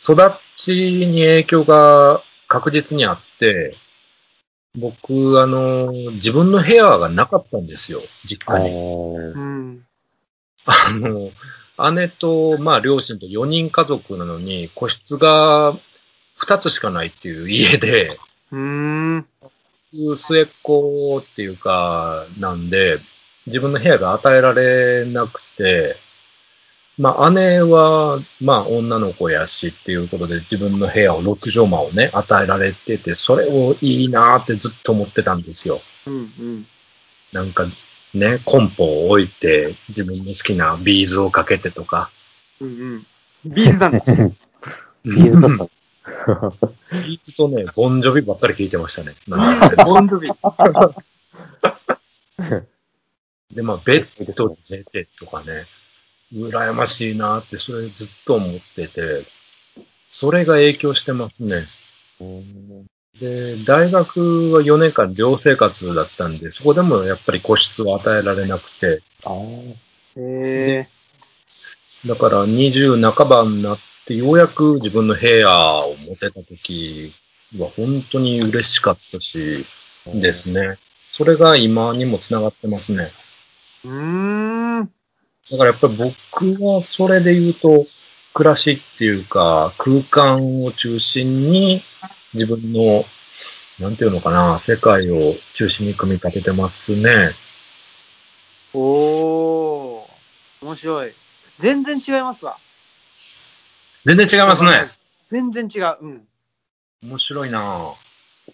Speaker 3: 育ちに影響が確実にあって、僕、あのー自分の部屋がなかったんですよ、実
Speaker 2: あ
Speaker 3: 家に。
Speaker 2: ー
Speaker 1: うん、
Speaker 3: あの、姉と、まあ、両親と4人家族なのに、個室が2つしかないっていう家で、
Speaker 1: うーん、
Speaker 3: 末っ子っていうか、なんで、自分の部屋が与えられなくて、まあ姉は、まあ女の子やしっていうことで自分の部屋を6畳間をね、与えられてて、それをいいなーってずっと思ってたんですよ。
Speaker 1: うんうん。
Speaker 3: なんかね、コンポを置いて、自分の好きなビーズをかけてとか。
Speaker 1: うん うん。ビーズなんだ。
Speaker 2: ビーズだった。
Speaker 3: ビーズとね、ボンジョビばっかり聞いてましたね。
Speaker 1: ボンドビー。
Speaker 3: で、まあ、ベッドに寝てとかね、羨ましいなって、それずっと思ってて、それが影響してますね。
Speaker 2: うん
Speaker 3: で、大学は4年間寮生活だったんで、そこでもやっぱり個室を与えられなくて、
Speaker 2: あー
Speaker 1: へえ。
Speaker 3: だから20半ばになって、ようやく自分の部屋を持てた時は本当に嬉しかったし、ですね。それが今にも繋がってますね。
Speaker 1: うーん。
Speaker 3: だからやっぱり僕はそれで言うと、暮らしっていうか、空間を中心に自分の、なんていうのかな、世界を中心に組み立ててますね。
Speaker 1: おー。面白い。全然違いますわ。
Speaker 3: 全然違いますね。。
Speaker 1: 全然違う。うん。
Speaker 3: 面白いなぁ。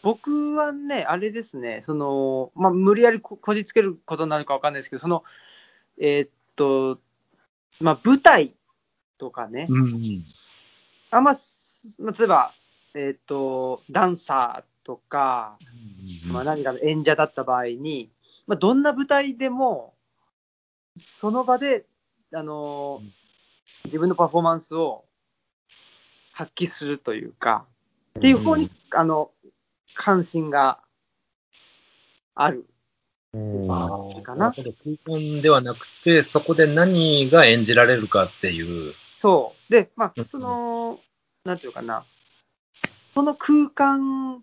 Speaker 1: 僕はね、あれですね、その、まあ、無理やりここじつけることになるかわかんないですけど、その、えーっと、まあ、舞台とかね、
Speaker 3: うん。
Speaker 1: あんま、すまあ例えば、えーっと、ダンサーとか、まあ、何かの演者だった場合に、まあ、どんな舞台でも、その場で、あの
Speaker 3: うん
Speaker 1: 自分のパフォーマンスを発揮するというか、っていう方に、あの、関心がある。
Speaker 2: うん
Speaker 3: あ
Speaker 2: あ
Speaker 3: ー
Speaker 1: かな
Speaker 3: なるほど空間ではなくて、そこで何が演じられるかっていう。
Speaker 1: そう。で、ま
Speaker 3: う
Speaker 1: あ
Speaker 3: ん、
Speaker 1: その、なんていうかな、その空間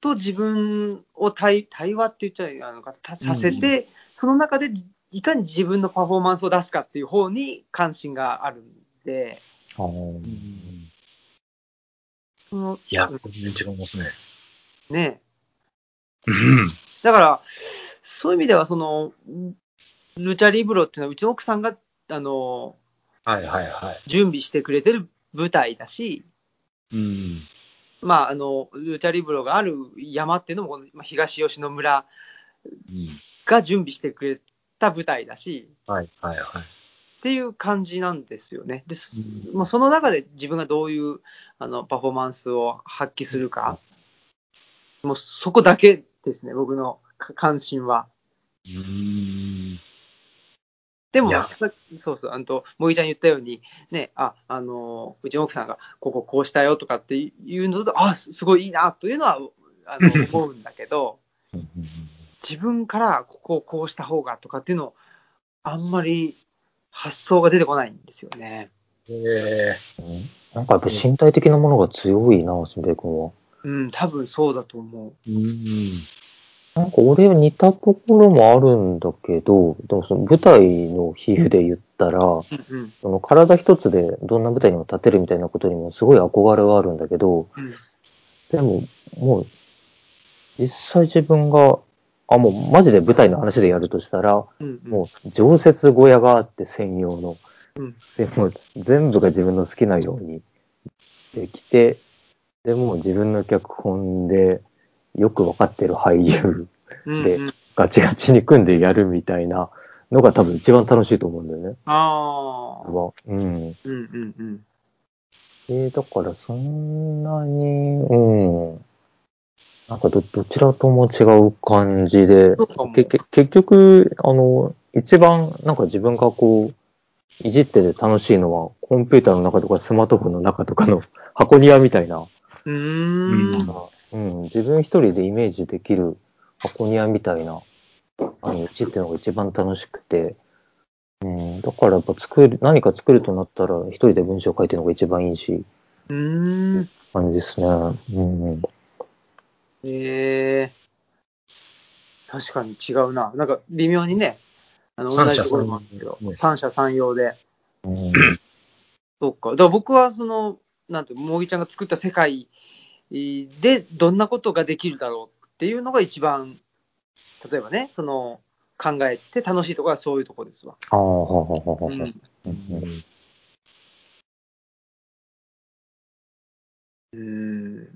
Speaker 1: と自分を対対話って言っちゃいあのか、たさせて、その中でじいかに自分のパフォーマンスを出すかっていう方に関心があるんで、
Speaker 2: ー
Speaker 1: その
Speaker 3: いや、全然違いますね。
Speaker 1: ね、
Speaker 3: うん
Speaker 1: だから、そういう意味では、その、ルチャリブロっていうのは、うちの奥さんが、あの、
Speaker 3: はいはいは
Speaker 1: 準備してくれてる舞台だし、
Speaker 3: い。うん。
Speaker 1: まあ、あの、ルチャリブロがある山っていうのも、このまあ東吉野村
Speaker 3: うん
Speaker 1: が準備してくれた舞台だし、
Speaker 3: はいはいはい。
Speaker 1: っていう感じなんですよね。で、そ
Speaker 3: うん
Speaker 1: まあ、その中で自分がどういうあのパフォーマンスを発揮するか、もうそこだけですね、僕のか関心は。
Speaker 3: うーん。
Speaker 1: でも、
Speaker 3: いや
Speaker 1: さそうそう、あのと、もぎちゃん言ったように、ね、あ、あの、うちの奥さんが、こここうしたよとかっていうのと、あ、すすごいいいな、というのは、あの、 思うんだけど、
Speaker 2: うんうん
Speaker 1: 自分からここをこうした方がとかっていうのを、あんまり発想が出てこないんですよね。
Speaker 3: え
Speaker 2: うんなんかやっぱ身体的なものが強いな、すんべい君は。
Speaker 1: うん、多分そうだと思う。
Speaker 3: ー、うん。
Speaker 2: なんか俺似たところもあるんだけど、でもその舞台の比喩で言ったら、
Speaker 1: うん、うん、
Speaker 2: その体一つでどんな舞台にも立てるみたいなことにもすごい憧れはあるんだけど、
Speaker 1: うん。
Speaker 2: でももう、実際自分が、あ、もうマジで舞台の話でやるとしたら、
Speaker 1: うん、
Speaker 2: もう常設小屋があって専用の。
Speaker 1: うん
Speaker 2: でも全部が自分の好きなようにできて、でもう自分の脚本でよくわかってる俳優。
Speaker 1: うん、
Speaker 2: で
Speaker 1: うん、
Speaker 2: ガチガチに組んでやるみたいなのが多分一番楽しいと思うんだよね。
Speaker 1: ああ、
Speaker 2: はうん。
Speaker 1: うん、うん、うん。
Speaker 2: えー、だからそんなに、うん。なんかど、どちらとも違う感じで
Speaker 1: そうかも、
Speaker 2: けけ結局、あの、一番なんか自分がこう、いじってて楽しいのは、コンピューターの中とかスマートフォンの中とかの 箱庭みたいな、
Speaker 1: うーん。
Speaker 2: うん、自分一人でイメージできる箱庭みたいな、あの、うちっていうのが一番楽しくて、うん、だからやっぱ作る、何か作るとなったら、一人で文章書いてるのが一番いいし、
Speaker 1: うーん。
Speaker 2: 感じですね。うんうん。
Speaker 1: ええ確かに違うな。なんか微妙にね、あの同
Speaker 3: 三
Speaker 1: じ
Speaker 3: 者
Speaker 1: ところもあるけど
Speaker 3: 三様、ね
Speaker 1: 三者三様で。
Speaker 2: うん
Speaker 1: そうか。だから僕はその、なんて、もぎちゃんが作った世界でどんなことができるだろうっていうのが一番、例えばね、その、考えて楽しいところはそういうところですわ。
Speaker 2: ああ、はははは
Speaker 1: う
Speaker 2: は。
Speaker 1: ん。
Speaker 2: うん
Speaker 1: うん。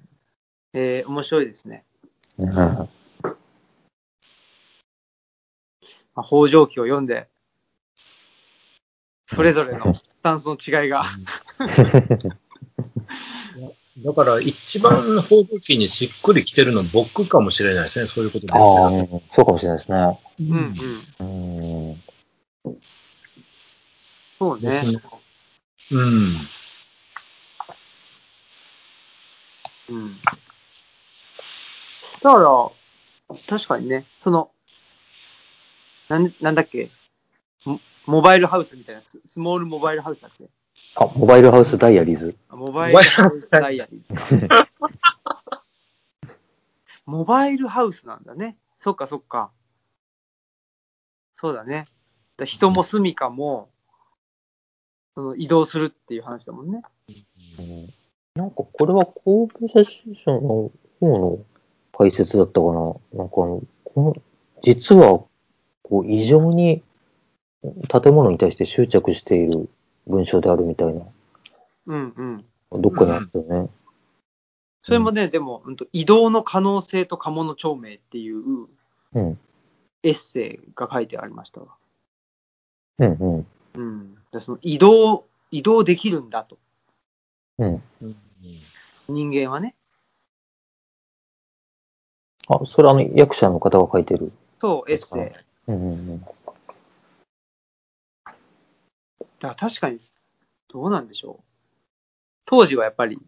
Speaker 1: えー面白いですね。
Speaker 2: うん
Speaker 1: まあ、北条記を読んで、それぞれのスタンスの違いが。
Speaker 3: だから、一番報道機にしっくりきてるの僕かもしれないですね、そういうことで
Speaker 2: ああ、うんそうかもしれないですね。
Speaker 1: うんうん。
Speaker 2: うん。
Speaker 1: そうね
Speaker 3: 別。にうん。
Speaker 1: うん。だから、確かにね、その、なん、なんだっけ、モモバイルハウスみたいな、ススモールモバイルハウスだっけ
Speaker 2: あ、モバイルハウスダイアリーズ。
Speaker 1: あモバイルハウスダイアリーですか。 モバイルハウスなんだね。そっかそっか。そうだね。だ人も住みかも、その移動するっていう話だもんね。
Speaker 2: うんなんかこれは公文写真書の方の解説だったかな。なんかあの、この、実は、こう、異常に建物に対して執着している文章であるみたいな、
Speaker 1: うんうん。
Speaker 2: どっかにあったよね。
Speaker 1: それもね、でも、うんと、移動の可能性とカモの長命っていう
Speaker 2: うん。
Speaker 1: エッセイが書いてありましたわ。
Speaker 2: うん、うん、
Speaker 1: うん。だからその移動、移動できるんだと。
Speaker 2: うん。
Speaker 1: 人間はね。
Speaker 2: あ、それあの、役者の方が書いてる。
Speaker 1: そう、エッセイ。
Speaker 2: うん、うんうん。
Speaker 1: だから確かに、どうなんでしょう。当時はやっぱり、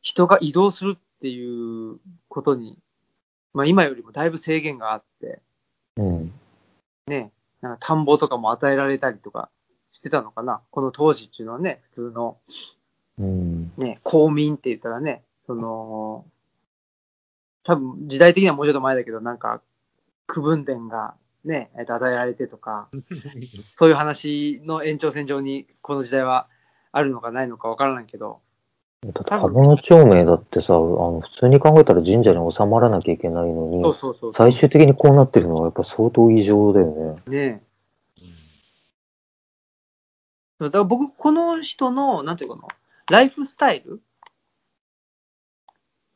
Speaker 1: 人が移動するっていうことに、まあ今よりもだいぶ制限があって、
Speaker 2: うん。
Speaker 1: ね、なんか田んぼとかも与えられたりとかしてたのかな。この当時っていうのはね、普通の
Speaker 2: うん。
Speaker 1: ね、公民って言ったらね、その、多分時代的にはもうちょっと前だけど、なんか、区分田がね、えっと与えられてとか、そういう話の延長線上にこの時代はあるのかないのかわからないけど、
Speaker 2: だって、鴨の町名だってさ、あの、普通に考えたら神社に収まらなきゃいけないのに、
Speaker 1: そうそうそう。
Speaker 2: 最終的にこうなってるのはやっぱ相当異常だよね。
Speaker 1: ねえ。だから僕、この人の、なんていうかな、ライフスタイル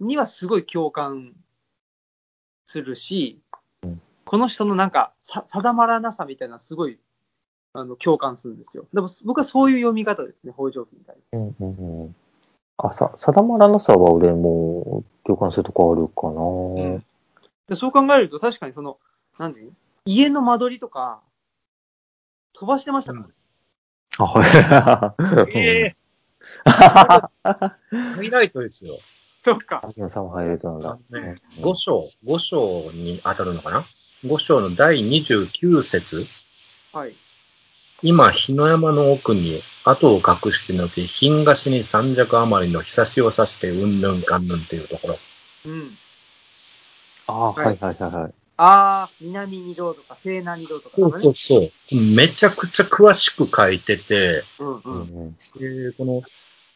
Speaker 1: にはすごい共感するし
Speaker 2: うん、
Speaker 1: この人のなんか、さ定まらなさみたいな、すごい、あの、共感するんですよ。でも、僕はそういう読み方ですね、北条記みたいな。
Speaker 2: うんうんうん。あ、さ、定まらなさは俺も共感するとこあるかな。
Speaker 1: でそう考えると、確かにその、なんていうの家の間取りとか、飛ばしてましたからね。
Speaker 2: あ、はい。
Speaker 3: ええ
Speaker 2: ー。
Speaker 3: ハイライトですよ。
Speaker 1: そっか。
Speaker 2: 秋野さんも入れたんだ。
Speaker 3: ね5章、5章に当たるのかな ?5 章の第29節。
Speaker 1: はい。
Speaker 3: 今、日の山の奥に後を隠してのち、品菓子に三尺余りの日差しを差して、うんぬんかんぬんっていうところ。
Speaker 1: うん。
Speaker 2: あ、はいはいはいはい。
Speaker 1: ああ、南二条とか西南二条とか、ね。
Speaker 3: そうそうそう。めちゃくちゃ詳しく書いてて、
Speaker 1: うん
Speaker 2: う
Speaker 1: うんん。
Speaker 2: うん
Speaker 3: でこの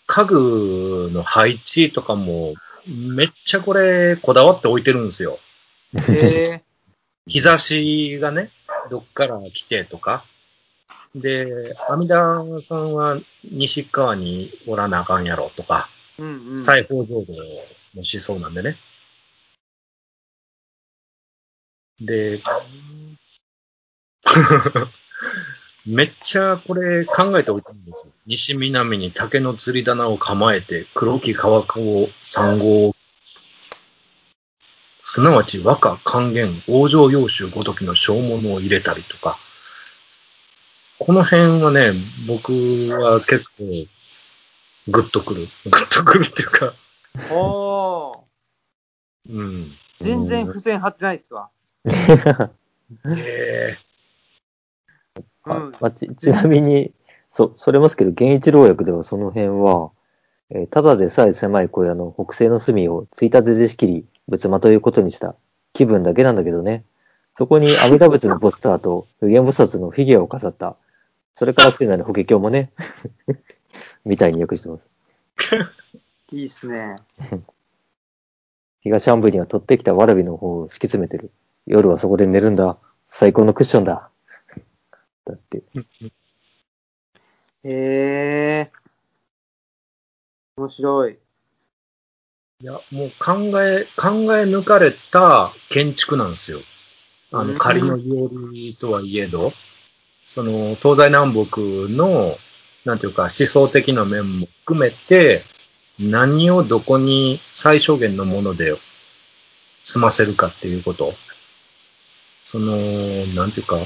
Speaker 3: 家具の配置とかも、めっちゃこれ、こだわって置いてるんですよ。
Speaker 1: へえ。
Speaker 3: 日差しがね、どっから来てとか。で、阿弥陀さんは西側におらなあかんやろとか、
Speaker 1: うん うん。
Speaker 3: 西方浄土もしそうなんでね。で、 めっちゃこれ考えておいたんですよ。西南に竹の釣り棚を構えて、黒木川子三号、すなわち和歌、還元、往生洋州ごときの小物を入れたりとか、この辺はね、僕は結構、グッとくる。グッとくるっていうか、
Speaker 1: おー
Speaker 3: うん。
Speaker 1: 全然付箋貼ってないっすわ。
Speaker 3: え
Speaker 1: う
Speaker 2: あ
Speaker 1: ん。
Speaker 2: まあち ちなみに、そう、それますけど、源一郎役ではその辺は、えーただでさえ狭い小屋の北西の隅をついたてで仕切り、仏間ということにした気分だけなんだけどね。そこに阿弥陀仏のポスターと無限菩薩のフィギュアを飾った。それから聖なる法華経もね、 みたいに訳してます。
Speaker 1: いいっすね。
Speaker 2: 東半分には取ってきたわらびの方を敷き詰めてる。夜はそこで寝るんだ。最高のクッションだ。だって。
Speaker 1: へえ。面白い。
Speaker 3: いや、もう考え、考え抜かれた建築なんですよ。あ
Speaker 1: う
Speaker 3: の、
Speaker 1: ん
Speaker 3: 仮の料理とはいえど、その、東西南北の、なんていうか、思想的な面も含めて、何をどこに最小限のもので済ませるかっていうこと。その、なんていうか、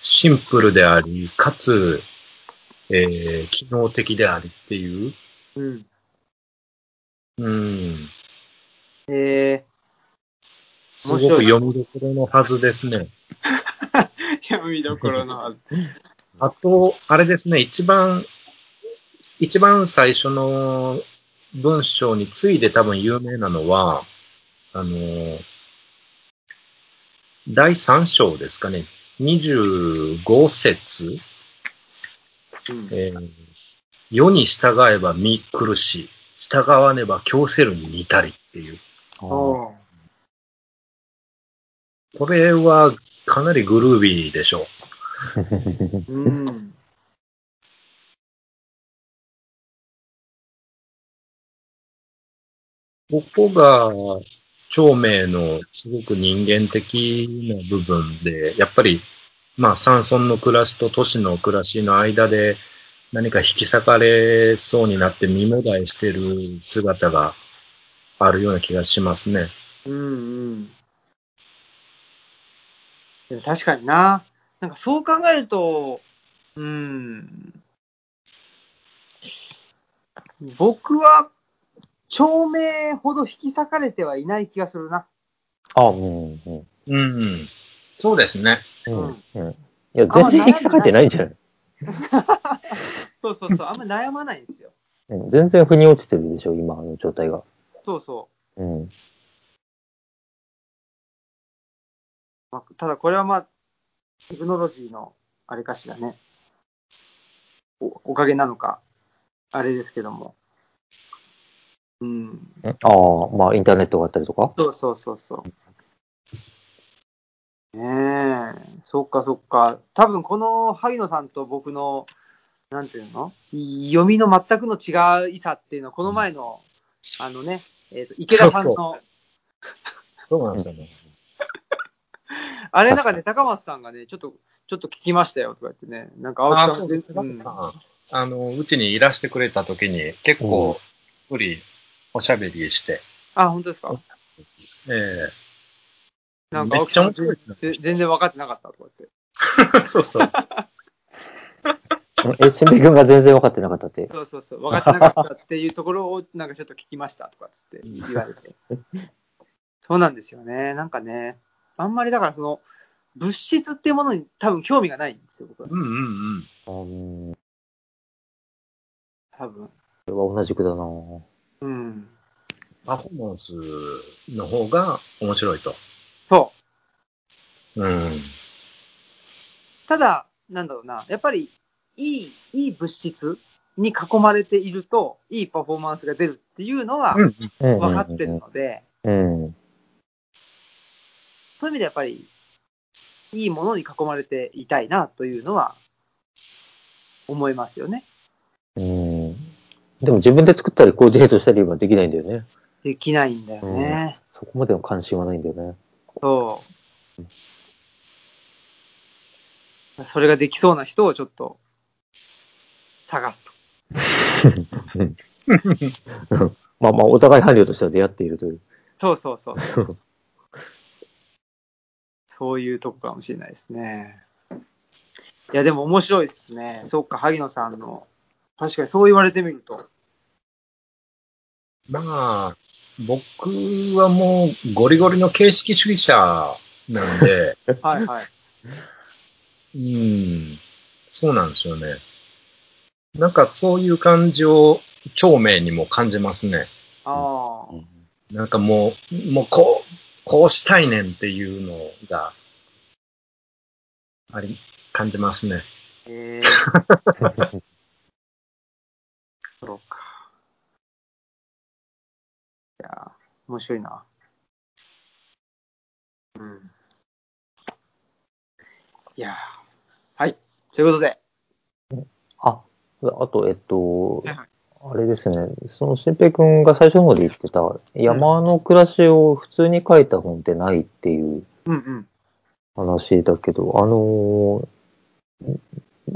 Speaker 3: シンプルであり、かつ、えー機能的でありっていう、
Speaker 1: うん。
Speaker 3: うん、
Speaker 1: へえ。
Speaker 3: すごく読みどころのはずですね。
Speaker 1: 読みどころのはず。
Speaker 3: あと、あれですね、一番、一番最初の文章に次いで多分有名なのは、あの、第3章ですかね、25節、
Speaker 1: うん
Speaker 3: えー世に従えば見苦しい、従わねば強せるに似たりっていう。
Speaker 1: おう
Speaker 3: これはかなりグルービーでしょう。
Speaker 1: うん。
Speaker 3: ここが、長明のすごく人間的な部分で、やっぱり、まあ、山村の暮らしと都市の暮らしの間で、何か引き裂かれそうになって、身もだえしてる姿があるような気がしますね。
Speaker 1: うんうん。でも確かにな。なんかそう考えると、うん。僕は、照明ほど引き裂かれてはいない気がするな。
Speaker 2: あ、うん、うん。
Speaker 3: うん。そうですね。
Speaker 2: うん、うん。いや、全然引き裂かれてないんじゃない
Speaker 1: そうそう そう、あんまり悩まないんですよ。
Speaker 2: うん全然腑に落ちてるでしょ、今の状態が。
Speaker 1: そうそ
Speaker 2: うん。
Speaker 1: う。まあ、ただこれはまあ、テクノロジーのあれかしらね。おおかげなのか、あれですけども。うん。
Speaker 2: ああ、まあ、インターネットがあったりとか。
Speaker 1: そうそうそうそう。ねえ、そっかそっか。多分この萩野さんと僕の、なんていうのい読みの全くの違いさっていうのは、この前の、あのね、えっと池田さん
Speaker 3: そう
Speaker 1: の、
Speaker 3: そうなんですよね。
Speaker 1: あれの中で高松さんがね、ちょっと、ちょっと聞きましたよとか言ってね、なんか
Speaker 3: あ
Speaker 1: 青
Speaker 3: あ、
Speaker 1: 木さ
Speaker 3: そ
Speaker 1: ん
Speaker 3: うです。
Speaker 1: う
Speaker 3: 高
Speaker 1: ん
Speaker 3: 木さん、あの、うちにいらしてくれた時に、結構、一人おしゃべりして、
Speaker 1: あ、本当ですか
Speaker 3: ええ
Speaker 1: なんか青木さ
Speaker 3: め
Speaker 1: ん
Speaker 3: っちゃ面白いですね
Speaker 1: 全全然分かってなかったとか言って。
Speaker 3: そう そう。
Speaker 2: え、しんべ君が全然分かってなかったって。
Speaker 1: そうそうそう、分かってなかったっていうところを、なんかちょっと聞きましたとかっつって言われて。そうなんですよね。なんかね、あんまりだからその、物質っていうものに多分興味がないんですよ、僕は。
Speaker 3: うんうんう
Speaker 2: う
Speaker 3: ん。
Speaker 2: ん、こ
Speaker 1: 多分。
Speaker 2: れは同じくだなぁ
Speaker 1: うん。
Speaker 3: パフォーマンスの方が面白いと。
Speaker 1: そ
Speaker 3: うん。
Speaker 1: う。ただ、なんだろうな、やっぱり、いい、いい物質に囲まれていると、いいパフォーマンスが出るっていうのは
Speaker 3: う
Speaker 1: 分
Speaker 3: ん。
Speaker 2: うん
Speaker 1: かってるので、
Speaker 2: うん。
Speaker 1: そういう意味でやっぱり、いいものに囲まれていたいなというのは、思いますよね。
Speaker 2: うん。でも自分で作ったりコーディネートしたりはできないんだよね。
Speaker 1: できないんだよね。
Speaker 2: そこまでの関心はないんだよね。
Speaker 1: そう。それができそうな人をちょっと探すと。
Speaker 2: うんまあまあ、お互い伴侶としては出会っているという。
Speaker 1: そうそうそう。そういうとこかもしれないですね。いや、でも面白いですね。そっか、萩野さんの。確かにそう言われてみると。
Speaker 3: まあ、僕はもうゴリゴリの形式主義者なんで、
Speaker 1: はいはい。
Speaker 3: うん。そうなんですよね。なんかそういう感じを、長明にも感じますね。
Speaker 1: ああ。
Speaker 3: なんかもう、もうこう、こうしたいねんっていうのが、あり、感じますね。
Speaker 1: ええー。 そうか。いやー、面白いな。うん。いやーはい。ということで、
Speaker 2: あ、あと、えっと
Speaker 1: はいは、
Speaker 2: あれですね、その新平くんが最初の方で言ってた、山の暮らしを普通に書いた本ってないっていう
Speaker 1: うんうん。
Speaker 2: 話だけど、あのー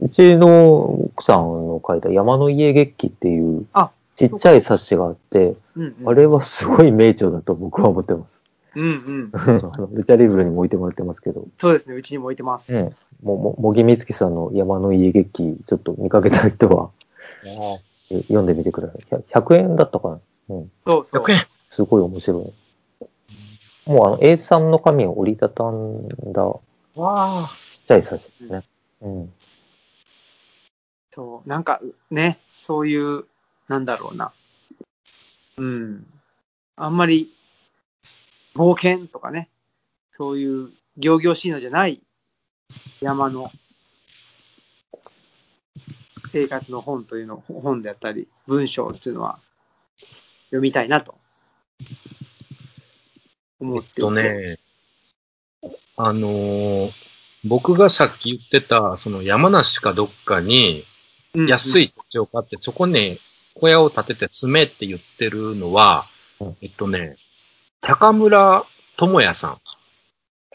Speaker 2: うちの奥さんの書いた山の家月記っていう
Speaker 1: あ、
Speaker 2: ちっちゃい冊子があって、
Speaker 1: うんうん、
Speaker 2: あれはすごい名著だと僕は思っ てます。
Speaker 1: うんうん。
Speaker 2: あのルチャリブロにも置いてもらってますけど、
Speaker 1: そうですね、うちにも置いてます。
Speaker 2: ね、も、も、茂木みつきさんの山の家劇、ちょっと見かけた人はえ読んでみてください。ひゃ100円だったかな
Speaker 1: そうそう。
Speaker 3: 100円
Speaker 2: すごい面白い。もうあの、A さんの紙を折りたたんだ、
Speaker 3: わあ。
Speaker 2: ちっちゃい冊子ですね。うん。
Speaker 1: そう、なんかね、そういう、なんだろうな。うん。あんまり、冒険とかね、そういう行々しいのじゃない山の生活の本というの、本であったり、文章っていうのは読みたいなと思っ
Speaker 3: え
Speaker 1: てい
Speaker 3: ってと。ね、あのー僕がさっき言ってた、その山梨かどっかに
Speaker 1: うんうん
Speaker 3: 安。い土地を買って、そこに小屋を建てて住めって言ってるのは
Speaker 2: うん、
Speaker 3: えっとね、高村智也さん。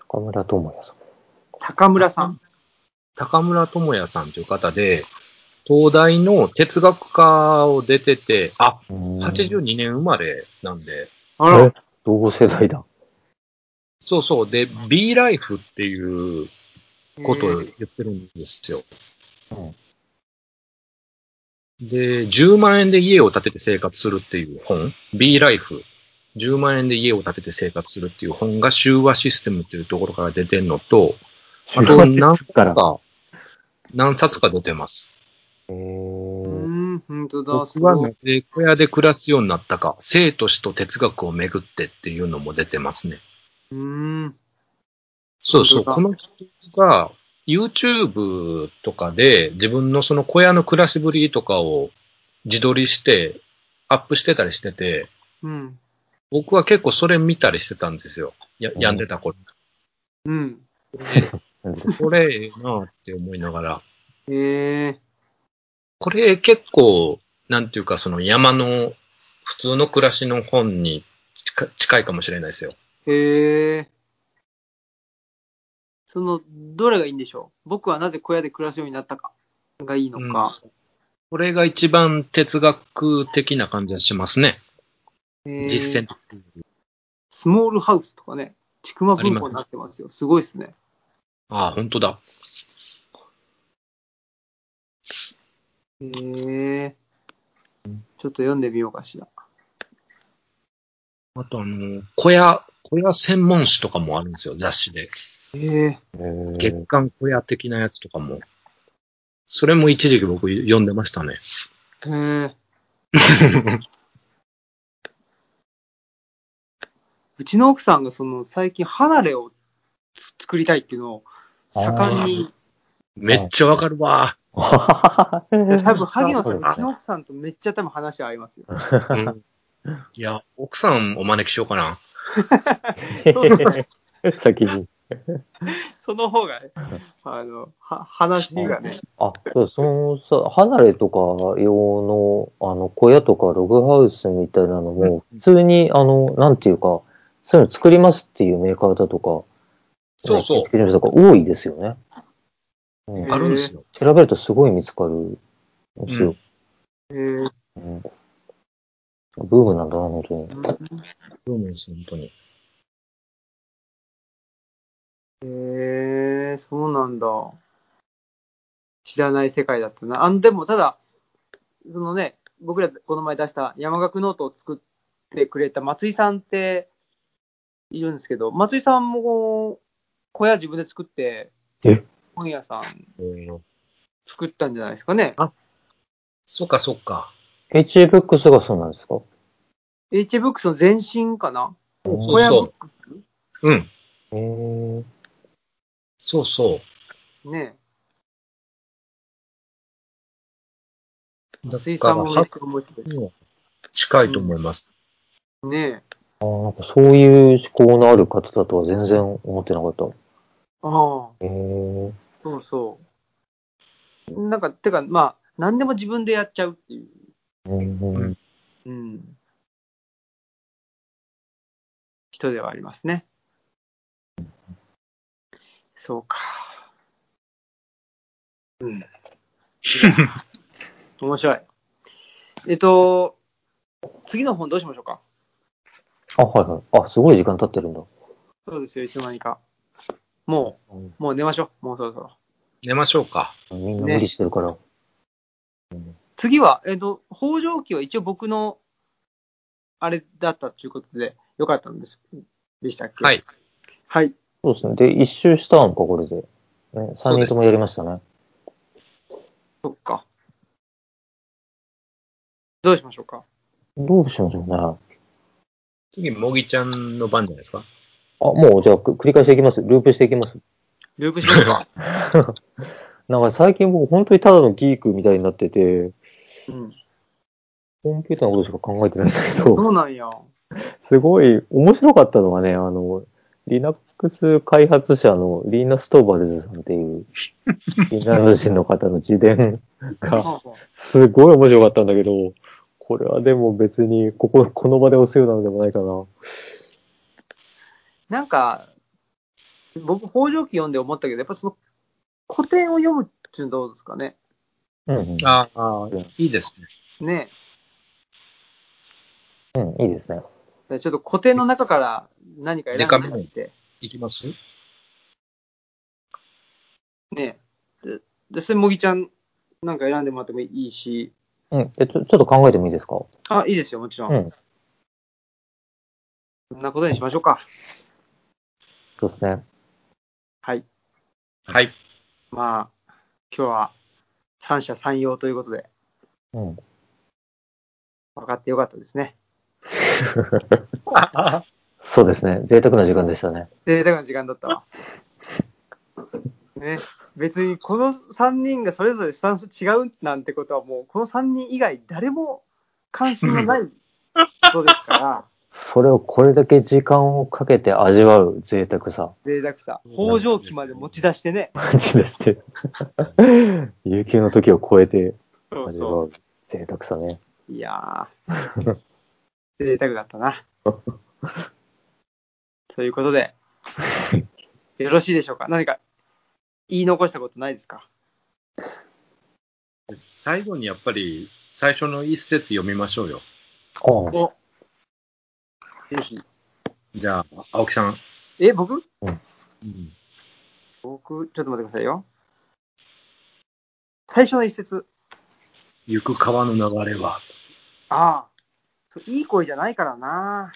Speaker 2: 高村智也さん。
Speaker 1: 高村さん。
Speaker 3: 高村智也さんという方で、東大の哲学科を出てて、あ、
Speaker 2: うん
Speaker 3: 82年生まれなんで、
Speaker 1: あら、
Speaker 2: え同世代だ。
Speaker 3: そうそう、で、B ライフっていうことを
Speaker 1: え
Speaker 3: 言
Speaker 1: ー
Speaker 3: ってるんですよ。
Speaker 2: うん
Speaker 3: で、10万円で家を建てて生活するっていう本、B ライフ。10万円で家を建てて生活するっていう本が修和システムっていうところから出てんのと、あと
Speaker 2: 中
Speaker 3: 何
Speaker 2: 学生から。
Speaker 3: か、何冊か出てます。
Speaker 2: え
Speaker 1: う
Speaker 2: ー、
Speaker 1: ん、本当だ、す
Speaker 3: 僕
Speaker 1: ご。
Speaker 3: はいね、で小屋で暮らすようになったか、生と死と哲学をめぐってっていうのも出てますね。
Speaker 1: うん。
Speaker 3: そうそう、
Speaker 1: 本
Speaker 3: こ
Speaker 1: 当
Speaker 3: の人が YouTube とかで自分のその小屋の暮らしぶりとかを自撮りしてアップしてたりしてて、
Speaker 1: うん。
Speaker 3: 僕は結構それ見たりしてたんですよ。や、
Speaker 2: うん
Speaker 3: 病んでた頃。
Speaker 1: うん。
Speaker 2: なんで
Speaker 3: これええなあって思いながら。
Speaker 1: へえ。
Speaker 3: これ結構、なんていうかその山の普通の暮らしの本に近近いかもしれないですよ。
Speaker 1: へえ。その、どれがいいんでしょう僕はなぜ小屋で暮らすようになったかがいいのか。
Speaker 3: これが一番哲学的な感じがしますね。
Speaker 1: へえ
Speaker 3: 実践。
Speaker 1: スモールハウスとかね、ちくま文庫になってますよ。すごいですね。
Speaker 3: ああ、本当だ。
Speaker 1: へえ。ちょっと読んでみようかしら。
Speaker 3: あとあの、小屋、小屋専門誌とかもあるんですよ、雑誌で。
Speaker 1: へえ。
Speaker 2: えー
Speaker 3: 月刊小屋的なやつとかも。それも一時期僕読んで ましたね。
Speaker 1: へえ。うちの奥さんがその最近離れをつ作りたいっていうのを盛んに
Speaker 3: めっちゃわかるわ。
Speaker 1: 多分、萩野さん、
Speaker 2: あ
Speaker 1: うちの奥さんとめっちゃ多分話合いますよ。
Speaker 3: うんいや、奥さんお招きしようかな。
Speaker 1: そうですね。
Speaker 2: 先に。
Speaker 1: その方がね、あの、は話がね、
Speaker 2: あ、そうそのさ、離れとか用の、あの、小屋とかログハウスみたいなのも、普通に、あの、なんていうか、そういうの作りますっていうメーカーだとか、
Speaker 3: そうそう
Speaker 2: う。とか多いですよね。うん
Speaker 1: へー
Speaker 3: あるんですよ。
Speaker 2: 調べるとすごい見つかるんですよ。
Speaker 1: えー
Speaker 2: うんブームなんだな、本当に。
Speaker 3: そうなんです、本当に。
Speaker 1: えーそうなんだ。知らない世界だったな。あの、でもただ、そのね、僕らこの前出した山岳ノートを作ってくれた松井さんっているんですけど、松井さんも小屋自分で作って
Speaker 2: え、
Speaker 1: 本屋さん
Speaker 3: うん
Speaker 1: 作ったんじゃないですかね。
Speaker 3: そっかそっか。
Speaker 2: HA ブックスがそうなんですか
Speaker 1: H ブックスの前身かな
Speaker 2: うん
Speaker 3: そうそ
Speaker 1: ブック
Speaker 3: う。うん。
Speaker 2: えー、
Speaker 3: そうそう。
Speaker 1: スね
Speaker 3: だ
Speaker 1: 水産もめっち
Speaker 3: は
Speaker 1: ゃ面白いし
Speaker 3: 近いと思います。
Speaker 1: ね
Speaker 2: あーなんかそういう思考のある方だとは全然思ってなかった。
Speaker 1: ああ、
Speaker 2: えー、
Speaker 1: そうそう。なんか、てか、まあ、何でも自分でやっちゃうっていう。
Speaker 2: うんうん
Speaker 1: うん。人ではありますね。そうか。うん。 面白い。えっと、次の本どうしましょうか
Speaker 2: あ、はいはい。あ、すごい時間経ってるんだ。
Speaker 1: そうですよ、いつの間にか。も
Speaker 2: うん
Speaker 1: う、もう寝ましょう。もうそろそろ。
Speaker 3: 寝ましょうか。
Speaker 2: みんな
Speaker 1: ね
Speaker 2: 無理してるから。
Speaker 1: 次は、えっと、北条記は一応僕の、あれだったということで、よかったんです。でしたっけ
Speaker 3: はい。。
Speaker 1: はい。
Speaker 2: そうですね。で、一周したのか、これで。ね、
Speaker 3: そう
Speaker 2: 三人
Speaker 3: です
Speaker 2: ともやりましたね。
Speaker 1: そっか。どうしましょうか
Speaker 2: どうしましょうね。あ、
Speaker 3: 次、もぎちゃんの番じゃないで すか。
Speaker 2: もうじゃあく繰り返していきます。ループしていきます。
Speaker 1: ループしましょうか。
Speaker 2: なんか最近僕本当にただのギークみたいになってて、
Speaker 1: うん。
Speaker 2: コンピューターのことしか考えてないんだけど、
Speaker 1: そうなんや。
Speaker 2: すごい面白かったのはね、あの、Linux 開発者のリーナ・ストーバルズさんっていう、フィンランド人の方の自伝が、
Speaker 1: はあはあ
Speaker 2: すごい面白かったんだけど、これはでも別に、ここ、この場で押すようなのでもないかな。
Speaker 1: なんか、僕、北条記読んで思ったけど、やっぱその、古典を読むっていうのどうですかね。
Speaker 2: うん、
Speaker 3: ああ、いいですね。
Speaker 1: ね
Speaker 2: うん、いいですね。
Speaker 1: えちょっと古典の中から何か選んでみて。
Speaker 3: いきます
Speaker 1: ねえでで、それ、もぎちゃんなんか選んでもらってもいいし。
Speaker 2: うん、でちょ、ちょっと考えてもいいですか
Speaker 1: あ、いいですよ、もちろ。
Speaker 2: うんん。
Speaker 1: そんなことにしましょうか。
Speaker 2: そうですね。
Speaker 1: はい。
Speaker 3: はい。
Speaker 1: まあ、今日は三者三様ということで、
Speaker 2: うん。
Speaker 1: 分かってよかったですね。
Speaker 2: そうですね。贅沢な時間でしたね。
Speaker 1: 贅沢な時間だったわ。ね、別にこの3人がそれぞれスタンス違うなんてことはもうこの3人以外誰も関心がないことです から、
Speaker 2: それをこれだけ時間をかけて味わう贅 沢さ。
Speaker 1: 贅沢さ、北条記まで持ち出してね、
Speaker 2: マジ でして。悠久の時を超えて
Speaker 1: そう
Speaker 2: 味
Speaker 1: そ
Speaker 2: わう贅沢さね。
Speaker 1: う。いやー、贅沢だったな。ということで、よろしいでしょうか何か言い残したことないですか
Speaker 3: 最後にやっぱり、最初の一節読みましょうよ。
Speaker 2: ああ
Speaker 1: おぜひ。
Speaker 3: じゃあ、青木さん。
Speaker 1: え、僕
Speaker 3: うん、
Speaker 1: 僕、ちょっと待ってくださいよ。最初の一節。
Speaker 3: 行く川の流れは。
Speaker 1: ああ。そういい声じゃないからな。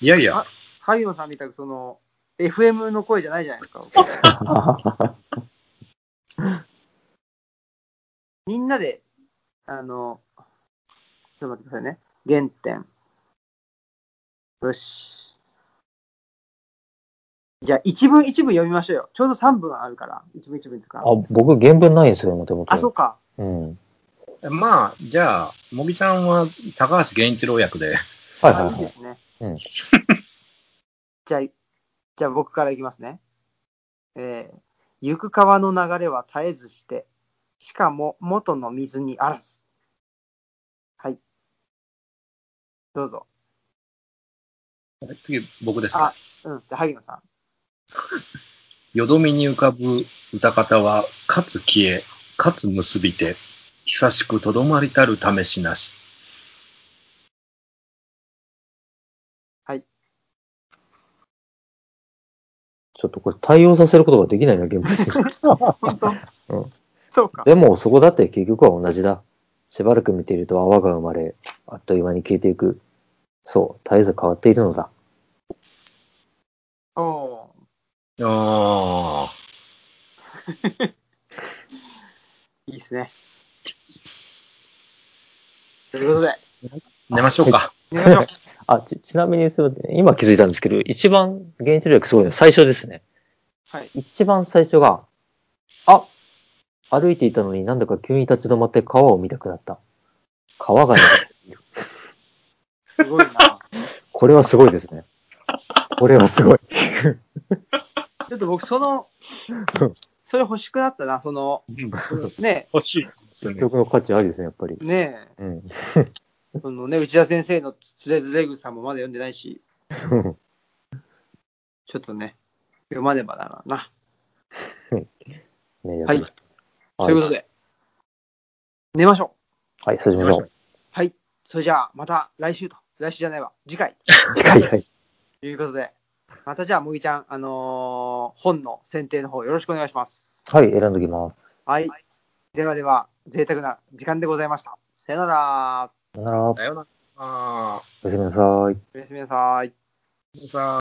Speaker 3: いやいや
Speaker 1: あ、萩野さんみたく、その、FM の声じゃないじゃないですか。みんなで、あの、ちょっと待ってくださいね。原点。よし。じゃあ、一文一文読みましょうよ。ちょうど三文あるから、一文一文とか。
Speaker 2: あ、僕原文ないんですよ、もともと。
Speaker 1: あ、そうか。
Speaker 2: うん。
Speaker 3: まあ、じゃあ、もぎちゃんは高橋源一郎役で。
Speaker 2: はいは
Speaker 1: あ
Speaker 2: い
Speaker 1: いい
Speaker 2: は
Speaker 1: で
Speaker 2: い。
Speaker 1: すね。
Speaker 2: うん
Speaker 1: じゃあ、じゃあ僕からいきますね。えー行く川の流れは絶えずして、しかも元の水にあらず。はい。どうぞ。
Speaker 3: 次、僕です
Speaker 1: あ
Speaker 3: か。、
Speaker 1: うん。じゃあ、萩野 さん。
Speaker 3: よどみに浮かぶ歌方は、かつ消え、かつ結びて、久しくとどまりたる試しなし。
Speaker 2: ちょっとこれ対応させることができないな、原 文に。
Speaker 1: 本当
Speaker 2: うん
Speaker 1: そうか。
Speaker 2: でも、そこだって結局は同じだ。しばらく見ていると泡が生まれ、あっという間に消えていく。そう、絶えず変わっているのだ。
Speaker 1: おお
Speaker 3: あ
Speaker 1: ーいいですね。ということで、
Speaker 3: あ、寝ましょうか。
Speaker 1: 寝ましょう。
Speaker 2: あ、ち、ちなみにすいません今気づいたんですけど、一番原子力すごいのは最初ですね。
Speaker 1: はい。
Speaker 2: 一番最初が、あ歩いていたのになんだか急に立ち止まって川を見たくなった。川がね、
Speaker 1: すごいな。
Speaker 2: これはすごいですね。これはす ごい。
Speaker 1: ちょっと僕、そ の、それ欲しくなったな、その、ね
Speaker 3: 欲しい。
Speaker 2: 結局の価値ありですね、やっぱり
Speaker 1: え、。ね
Speaker 2: うん。
Speaker 1: え、そのね、内田先生のつれずれ草もまだ読んでないし、ちょっとね、読まねばならんな。
Speaker 2: ね
Speaker 1: はい
Speaker 2: やっぱり
Speaker 1: ということで、寝ましょ
Speaker 2: はい、そうしましょう。
Speaker 1: う。はい。それじゃあ、また来週と、来週じゃないわ、次回。
Speaker 2: はい、はい。
Speaker 1: ということで、またじゃあ、もぎちゃん、あのー本の選定の方よろしくお願いします。
Speaker 2: はい、選んどきます。
Speaker 1: はい。ではでは、贅沢な時間でございました。さよなら。
Speaker 2: さよなら。
Speaker 3: だよな。あ
Speaker 2: おやすみなさい。
Speaker 1: おやすみなさい。
Speaker 3: ーさあ。